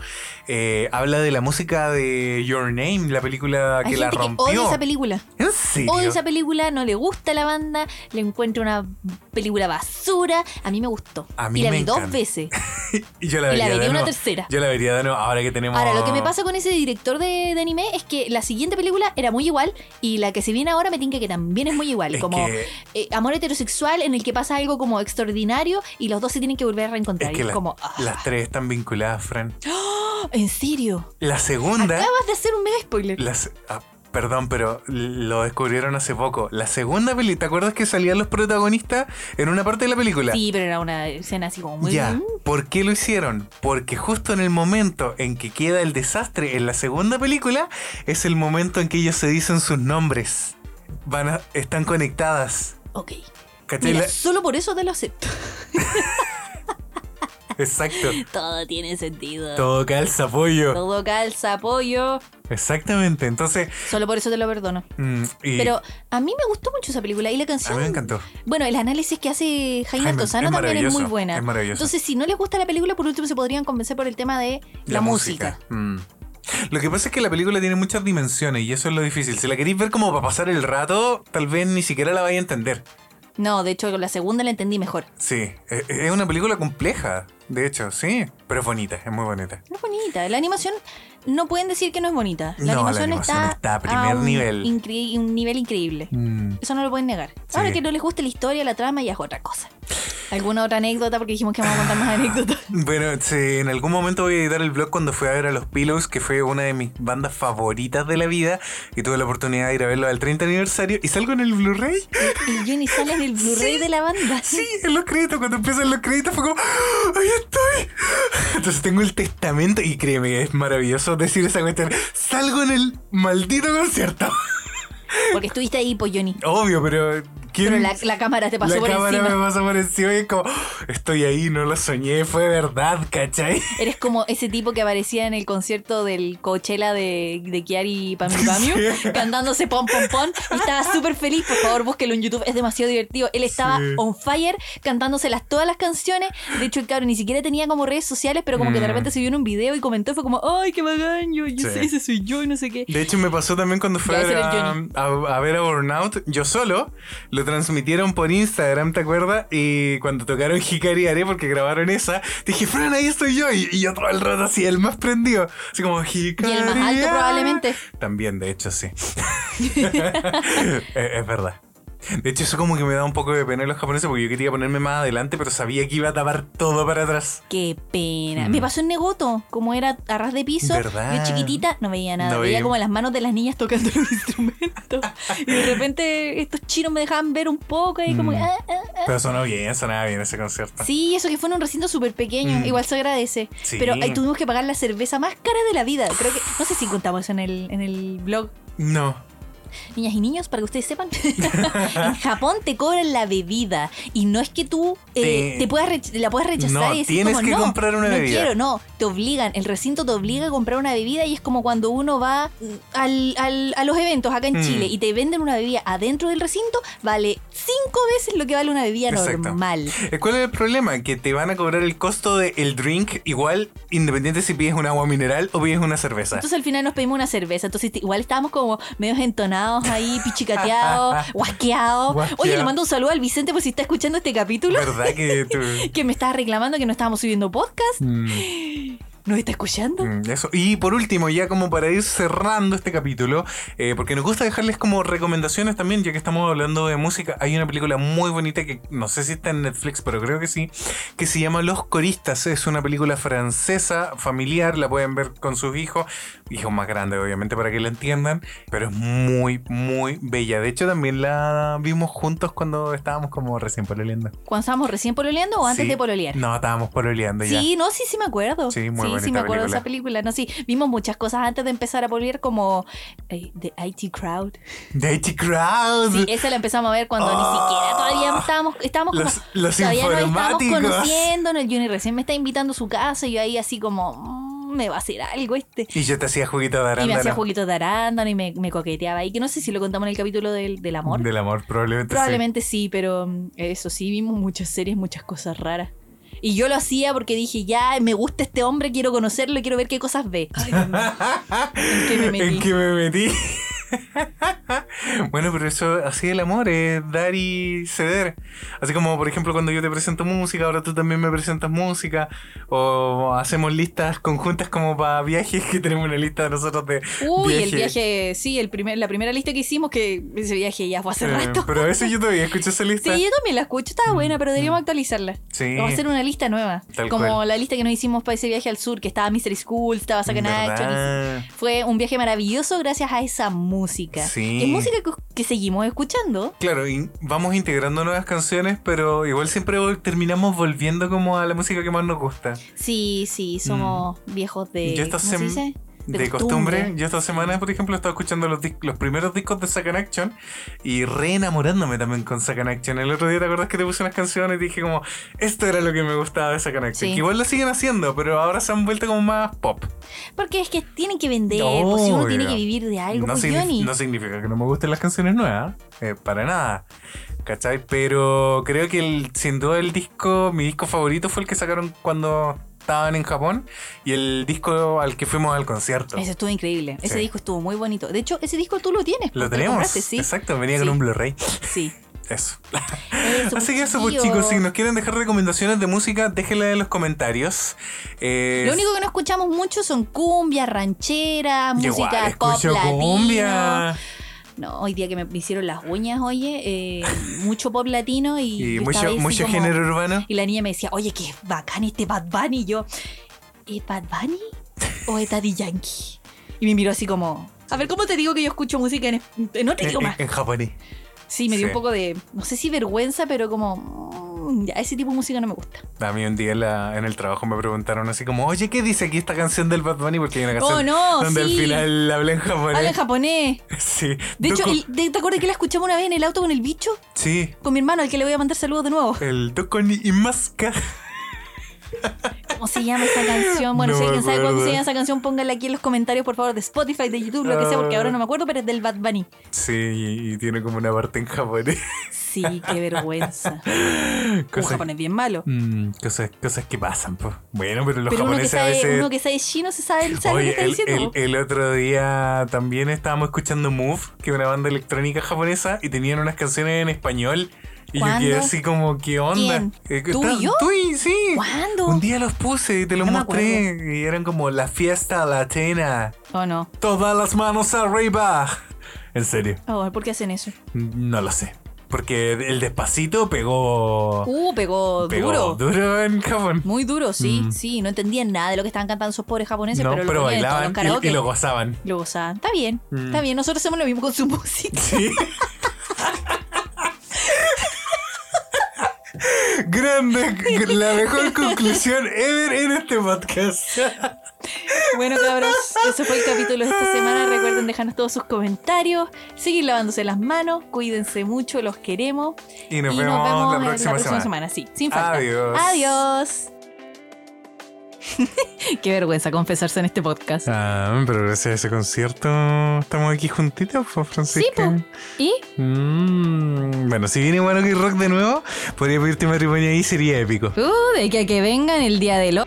Speaker 1: eh, habla de la música de Your Name, la película
Speaker 2: Hay
Speaker 1: que la
Speaker 2: gente que
Speaker 1: rompió.
Speaker 2: odia esa película.
Speaker 1: ¿En serio?
Speaker 2: Odio esa película, no le gusta la banda, le encuentro una película basura. A mí me gustó.
Speaker 1: A mí
Speaker 2: y la
Speaker 1: me
Speaker 2: vi dos
Speaker 1: encanta. <laughs>
Speaker 2: veces.
Speaker 1: y yo la
Speaker 2: y
Speaker 1: vería,
Speaker 2: la
Speaker 1: de
Speaker 2: vería una
Speaker 1: nuevo.
Speaker 2: tercera.
Speaker 1: Yo la vería de nuevo ahora que tenemos...
Speaker 2: Ahora, lo que me pasa con ese director de, de anime es que la siguiente película era muy igual y la que se viene ahora me tinca que también es muy igual.
Speaker 1: es
Speaker 2: como
Speaker 1: que-
Speaker 2: eh, amor heterosexual en el que pasa algo como extraordinario y los dos se tienen que volver a reencontrar.
Speaker 1: Es
Speaker 2: Y
Speaker 1: que
Speaker 2: Es
Speaker 1: la-
Speaker 2: como, ah,
Speaker 1: Las tres están vinculadas, Fran.
Speaker 2: ¿en serio?
Speaker 1: La segunda...
Speaker 2: Acabas de hacer un mega spoiler.
Speaker 1: la se- ah, perdón, pero lo descubrieron hace poco. La segunda película, ¿te acuerdas que salían los protagonistas en una parte de la película?
Speaker 2: Sí, pero era una escena así como muy...
Speaker 1: Ya, ¿por qué lo hicieron? Porque justo en el momento en que queda el desastre en la segunda película, es el momento en que ellos se dicen sus nombres. Van a- están conectadas.
Speaker 2: Ok.
Speaker 1: ¿Cachai?
Speaker 2: Mira,
Speaker 1: La-
Speaker 2: solo por eso te lo acepto. <laughs>
Speaker 1: Exacto.
Speaker 2: Todo tiene sentido. Todo,
Speaker 1: Todo calza, pollo.
Speaker 2: calza, apoyo.
Speaker 1: Exactamente. Entonces.
Speaker 2: Solo por eso te lo perdono.
Speaker 1: mm, y
Speaker 2: Pero a mí me gustó mucho esa película y la
Speaker 1: a
Speaker 2: canción.
Speaker 1: mí me encantó.
Speaker 2: Bueno, el análisis que hace Jaime
Speaker 1: Jaime,
Speaker 2: Altozano
Speaker 1: es
Speaker 2: también es muy
Speaker 1: maravilloso,
Speaker 2: buena.
Speaker 1: es maravilloso.
Speaker 2: Entonces, si no les gusta la película, por último se podrían convencer por el tema de la, música.
Speaker 1: Mm. Lo que pasa es que la película tiene muchas dimensiones y eso es lo difícil. Si la queréis ver como para pasar el rato, tal vez ni siquiera la vais a entender.
Speaker 2: No, de hecho, con la segunda la entendí mejor.
Speaker 1: Sí, e- e- es una película compleja, de hecho, sí, pero es bonita, es muy bonita.
Speaker 2: No es bonita. La animación, no pueden decir que no es bonita. La,
Speaker 1: No, la
Speaker 2: animación,
Speaker 1: animación
Speaker 2: está,
Speaker 1: está a primer
Speaker 2: un
Speaker 1: nivel.
Speaker 2: incre- un nivel increíble.
Speaker 1: Mm.
Speaker 2: Eso no lo pueden negar.
Speaker 1: Sí.
Speaker 2: Ahora que no les guste la historia, la trama, ya es otra cosa. ¿Alguna otra anécdota? Porque dijimos que vamos a contar más anécdotas.
Speaker 1: <laughs> Bueno, sí, en algún momento voy a editar el blog cuando fui a ver a los Pillows, que fue una de mis bandas favoritas de la vida, y tuve la oportunidad de ir a verlo al 30 aniversario, y salgo en el Blu-ray.
Speaker 2: El Johnny sale en el Blu-ray de la banda.
Speaker 1: Sí, en los créditos, cuando empiezan los créditos fue como, ¡Ah! ¡ahí estoy! Entonces tengo el testamento y créeme, es maravilloso decir esa cuestión. Salgo en el maldito concierto. <laughs>
Speaker 2: Porque estuviste ahí, pues Johnny.
Speaker 1: Obvio, pero...
Speaker 2: Pero
Speaker 1: ¿quién-
Speaker 2: la, la cámara te pasó
Speaker 1: la
Speaker 2: por
Speaker 1: cámara
Speaker 2: encima.
Speaker 1: me pasó por encima y es como, estoy ahí, no lo soñé, fue verdad, ¿cachai?
Speaker 2: Eres como ese tipo que aparecía en el concierto del Coachella de, de Kiari Pami Pamiu,
Speaker 1: <laughs> Sí.
Speaker 2: cantándose pom pom pom. Y estaba súper feliz. Por favor, búsquelo en YouTube, es demasiado divertido. Él estaba
Speaker 1: Sí.
Speaker 2: on fire, cantándose las, todas las canciones. De hecho, el cabrón ni siquiera tenía como redes sociales, pero como que de
Speaker 1: Mm.
Speaker 2: repente subió en un video y comentó, fue como, ¡ay, qué bacán! Yo, yo
Speaker 1: Sí.
Speaker 2: sé, ese soy yo y no sé qué.
Speaker 1: De hecho, me pasó también cuando fui
Speaker 2: Ya,
Speaker 1: a,
Speaker 2: ese
Speaker 1: ver
Speaker 2: era el
Speaker 1: a,
Speaker 2: Johnny.
Speaker 1: a- a ver a Burnout, yo solo, lo transmitieron por Instagram, ¿te acuerdas? Y cuando tocaron Hikari Are, porque grabaron esa, dije, Fran, ahí estoy yo. Y, y yo todo el rato así, el más prendido. Así como Hikari
Speaker 2: Y el más alto
Speaker 1: Are".
Speaker 2: probablemente.
Speaker 1: También, de hecho,
Speaker 2: <laughs>
Speaker 1: sí. <laughs> es, es verdad. De hecho, eso como que me da un poco de pena en los japoneses porque yo quería ponerme más adelante, pero sabía que iba a tapar todo para atrás.
Speaker 2: Qué pena.
Speaker 1: Mm.
Speaker 2: Me pasó en Negoto, como era a ras de piso.
Speaker 1: ¿Verdad?
Speaker 2: Yo chiquitita no veía nada.
Speaker 1: Ah, No
Speaker 2: veía
Speaker 1: veía.
Speaker 2: como las manos de las niñas tocando los <laughs> instrumentos. y de repente estos chinos me dejaban ver un poco y como... que,
Speaker 1: Mm.
Speaker 2: "Ah, ah, ah".
Speaker 1: Pero sonó bien, sonaba bien ese concierto.
Speaker 2: Sí, eso que fue en un recinto súper pequeño.
Speaker 1: Mm.
Speaker 2: Igual se agradece.
Speaker 1: Sí.
Speaker 2: Pero ahí tuvimos que pagar la cerveza más cara de la vida. Creo que... No sé si contamos eso en el, en el blog.
Speaker 1: No.
Speaker 2: Niñas y niños, para que
Speaker 1: <laughs>
Speaker 2: ustedes sepan, <laughs> en Japón te cobran la bebida y no es que tú
Speaker 1: Te-
Speaker 2: eh, te puedas rech- la puedas rechazar
Speaker 1: No,
Speaker 2: y decir
Speaker 1: tienes
Speaker 2: como,
Speaker 1: que
Speaker 2: no,
Speaker 1: comprar una
Speaker 2: no
Speaker 1: bebida".
Speaker 2: quiero, no, te obligan, el recinto te obliga a comprar una bebida y es como cuando uno va mm, al, al- a los eventos acá en
Speaker 1: Mm.
Speaker 2: Chile y te venden una bebida adentro del recinto, vale cinco veces lo que vale una bebida
Speaker 1: Exacto.
Speaker 2: normal.
Speaker 1: Eh, ¿Cuál es el problema? Que te van a cobrar el costo del drink igual, independiente si pides un agua mineral o pides una cerveza.
Speaker 2: Entonces al final nos pedimos una cerveza. Entonces t- igual estábamos como medio entonados
Speaker 1: <laughs>
Speaker 2: ahí, pichicateados, guasqueados. Oye,
Speaker 1: Guasqueado.
Speaker 2: le mando un saludo al Vicente por si está escuchando este capítulo.
Speaker 1: ¿Verdad que
Speaker 2: <laughs>
Speaker 1: tú-
Speaker 2: que me estaba reclamando que no estábamos subiendo podcast.
Speaker 1: Mm,
Speaker 2: ¿Nos está escuchando?
Speaker 1: mm, eso. Y por último, ya como para ir cerrando este capítulo, eh, porque nos gusta dejarles como recomendaciones también, ya que estamos hablando de música, hay una película muy bonita que no sé si está en Netflix, pero creo que sí, que se llama Los Coristas. Es una película francesa, familiar, la pueden ver con sus hijos, hijos más grandes obviamente para que la entiendan, pero es muy, muy bella. De hecho también la vimos juntos cuando estábamos como recién pololeando.
Speaker 2: ¿Cuando estábamos recién pololeando o antes
Speaker 1: Sí.
Speaker 2: de pololear?
Speaker 1: No, estábamos pololeando ya.
Speaker 2: Sí, no, sí, sí me acuerdo.
Speaker 1: Sí, muy
Speaker 2: sí,
Speaker 1: bonita
Speaker 2: me acuerdo de
Speaker 1: película.
Speaker 2: esa película. No, sí, vimos muchas cosas antes de empezar a pololear como eh, The IT Crowd.
Speaker 1: Dirty Crowd.
Speaker 2: Sí, esa la empezamos a ver cuando ni
Speaker 1: Ah.
Speaker 2: siquiera todavía estábamos, estábamos como...
Speaker 1: Los, los
Speaker 2: todavía nos estamos
Speaker 1: informáticos.
Speaker 2: conociendo, el Juni recién me está invitando a su casa y yo ahí así como, "Mm, me va a hacer algo este.
Speaker 1: Y yo te hacía juguito de
Speaker 2: Y me
Speaker 1: arándano.
Speaker 2: hacía juguitos de arándano y me, me coqueteaba ahí, que no sé si lo contamos en el capítulo del, del amor.
Speaker 1: Del amor, probablemente. sí.
Speaker 2: Probablemente sí, pero mm, eso sí, vimos muchas series, muchas cosas raras. Y yo lo hacía porque dije, ya, me gusta este hombre, quiero conocerlo, quiero ver qué
Speaker 1: <laughs>
Speaker 2: cosas ve. Ay, Dios mío, ¿En qué me metí?
Speaker 1: ¿En qué me metí? <laughs> bueno, pero eso, así el amor es dar y ceder. Así como, por ejemplo, cuando yo te presento música, ahora tú también me presentas música. O hacemos listas conjuntas como para viajes, que tenemos una lista nosotros de.
Speaker 2: Uy, el viaje, sí, el primer, la primera lista que hicimos, que ese viaje ya fue hace
Speaker 1: Eh,
Speaker 2: rato.
Speaker 1: pero eso yo todavía escucho esa
Speaker 2: Sí,
Speaker 1: lista.
Speaker 2: yo también la escucho, estaba buena, pero deberíamos actualizarla.
Speaker 1: Mm. Sí.
Speaker 2: Vamos a hacer una lista nueva.
Speaker 1: Tal
Speaker 2: como
Speaker 1: cual.
Speaker 2: la lista que nos hicimos para ese viaje al sur, que estaba Mystery School, estaba Sacan Action.
Speaker 1: ¿Verdad?
Speaker 2: Fue un viaje maravilloso gracias a esa música.
Speaker 1: Sí.
Speaker 2: Es música que- que seguimos escuchando.
Speaker 1: Claro, y vamos integrando nuevas canciones, pero igual siempre vol- terminamos volviendo como a la música que más nos gusta.
Speaker 2: Sí, sí, somos viejos de.
Speaker 1: Yo esta
Speaker 2: ¿cómo se
Speaker 1: Mm. sem-
Speaker 2: dice?
Speaker 1: de, costumbre. Yo esta semana, por ejemplo, estaba escuchando los, dis- los primeros discos de Second Action y re enamorándome también con Second Action. El otro día te acordás que te puse unas canciones y dije como, esto era lo que me gustaba de Second Action.
Speaker 2: Sí.
Speaker 1: Que igual lo siguen haciendo, pero ahora se han vuelto como más pop.
Speaker 2: Porque es que tienen que vender,
Speaker 1: No,
Speaker 2: pues si uno tiene
Speaker 1: oiga.
Speaker 2: que vivir de algo,
Speaker 1: no,
Speaker 2: pues
Speaker 1: signif-
Speaker 2: Johnny.
Speaker 1: no significa que no me gusten las canciones nuevas, eh, para nada. ¿Cachai? Pero creo que el- sin duda el disco, mi disco favorito fue el que sacaron cuando estaban en Japón y el disco al que fuimos al concierto.
Speaker 2: Eso estuvo increíble. Ese
Speaker 1: Sí.
Speaker 2: disco estuvo muy bonito. De hecho, ese disco tú lo tienes.
Speaker 1: Lo
Speaker 2: porque
Speaker 1: tenemos.
Speaker 2: compraste, sí.
Speaker 1: Exacto, venía con
Speaker 2: Sí.
Speaker 1: un Blu-ray.
Speaker 2: Sí.
Speaker 1: Eso. <laughs>
Speaker 2: Eso,
Speaker 1: Así que eso, pues
Speaker 2: chiquillo.
Speaker 1: chicos, si nos quieren dejar recomendaciones de música, déjenla en los comentarios. Eh,
Speaker 2: Lo único que no escuchamos mucho son cumbia, ranchera,
Speaker 1: yo igual
Speaker 2: música pop
Speaker 1: escucho
Speaker 2: latino.
Speaker 1: cumbia.
Speaker 2: No, hoy día que me hicieron las uñas, oye, eh, mucho pop latino y,
Speaker 1: Y
Speaker 2: yo estaba
Speaker 1: mucho,
Speaker 2: ahí así
Speaker 1: mucho
Speaker 2: como-
Speaker 1: género urbano.
Speaker 2: Y la niña me decía, oye, qué bacán este Bad Bunny. Y yo, ¿es Bad Bunny o es Daddy Yankee? Y me miró así como, a ver, ¿cómo te digo que yo escucho música en, en otro
Speaker 1: En, en,
Speaker 2: idioma?
Speaker 1: en japonés.
Speaker 2: Sí, me dio
Speaker 1: Eh, sí.
Speaker 2: un poco de, no sé si vergüenza, pero como, mm, ya, ese tipo de música no me gusta.
Speaker 1: A mí un día en, la- en el trabajo me preguntaron así como, oye, ¿qué dice aquí esta canción del Bad Bunny? Porque hay una
Speaker 2: Oh,
Speaker 1: canción
Speaker 2: no,
Speaker 1: donde
Speaker 2: sí.
Speaker 1: al final habla en japonés.
Speaker 2: Habla en japonés.
Speaker 1: Sí.
Speaker 2: De hecho,
Speaker 1: Doku-
Speaker 2: el- de- ¿te acuerdas que la escuchamos una vez en el auto con el bicho?
Speaker 1: Sí,
Speaker 2: Con mi hermano, al que le voy a mandar saludos de nuevo.
Speaker 1: el Dokoni Imaska.
Speaker 2: ¿Cómo se llama esa canción? Bueno,
Speaker 1: No
Speaker 2: si
Speaker 1: me
Speaker 2: alguien sabe cómo
Speaker 1: acuerdo.
Speaker 2: se llama esa canción, pónganla aquí en los comentarios, por favor, de Spotify, de YouTube, lo que sea, porque ahora no me acuerdo, pero es del Bad Bunny.
Speaker 1: Sí, y, y tiene como una parte en japonés. <laughs>
Speaker 2: Sí, qué vergüenza. Un
Speaker 1: Cosa-
Speaker 2: japonés bien malo.
Speaker 1: Mm, cosas, cosas que pasan, pues. Bueno, pero los
Speaker 2: pero uno que,
Speaker 1: japoneses a
Speaker 2: sabe,
Speaker 1: veces...
Speaker 2: uno que sabe chino se sabe, sabe
Speaker 1: Oye,
Speaker 2: lo que está
Speaker 1: el,
Speaker 2: diciendo.
Speaker 1: el-
Speaker 2: po.
Speaker 1: el otro día también estábamos escuchando Move, que es una banda electrónica japonesa, y tenían unas canciones en español. Y
Speaker 2: ¿Cuándo?
Speaker 1: yo quedé así como, ¿qué onda? Eh,
Speaker 2: ¿Tú y
Speaker 1: están-
Speaker 2: yo?
Speaker 1: tú y- sí.
Speaker 2: ¿Cuándo?
Speaker 1: Un día los puse y te los
Speaker 2: No me
Speaker 1: mostré. Y eran como la fiesta latina.
Speaker 2: Oh, no.
Speaker 1: Todas las manos arriba. En serio,
Speaker 2: Oh, ¿Por qué hacen eso?
Speaker 1: no lo sé. Porque el despacito pegó.
Speaker 2: Uh, pegó,
Speaker 1: Oh. pegó
Speaker 2: duro.
Speaker 1: Duro en Japón.
Speaker 2: Muy duro, sí,
Speaker 1: Mm.
Speaker 2: sí. No entendían nada de lo que estaban cantando esos pobres japoneses,
Speaker 1: no,
Speaker 2: pero
Speaker 1: pero,
Speaker 2: lo ponían en todos
Speaker 1: bailaban
Speaker 2: los
Speaker 1: y-
Speaker 2: karaoke.
Speaker 1: y lo
Speaker 2: <laughs>
Speaker 1: gozaban.
Speaker 2: Lo gozaban. Está bien,
Speaker 1: Mm.
Speaker 2: está bien. Nosotros hacemos lo mismo con su <laughs> música.
Speaker 1: Sí. Grande, gr- la mejor conclusión ever en este
Speaker 2: <laughs>
Speaker 1: podcast.
Speaker 2: Bueno, cabros, ese fue el capítulo de esta semana. Recuerden dejarnos todos sus comentarios, seguir lavándose las manos, cuídense mucho, los queremos.
Speaker 1: Y nos,
Speaker 2: y
Speaker 1: vemos, la
Speaker 2: en
Speaker 1: próxima, semana.
Speaker 2: sí, sin falta.
Speaker 1: Adiós.
Speaker 2: Adiós. <laughs> Qué vergüenza confesarse en este podcast.
Speaker 1: Ah, pero gracias a ese concierto estamos aquí juntitos, pues, Francisca.
Speaker 2: po. ¿Y?
Speaker 1: Mm, bueno, si viene Bueno Rock de nuevo, podría pedirte matrimonio ahí, sería épico.
Speaker 2: Uh, de que, que vengan el día del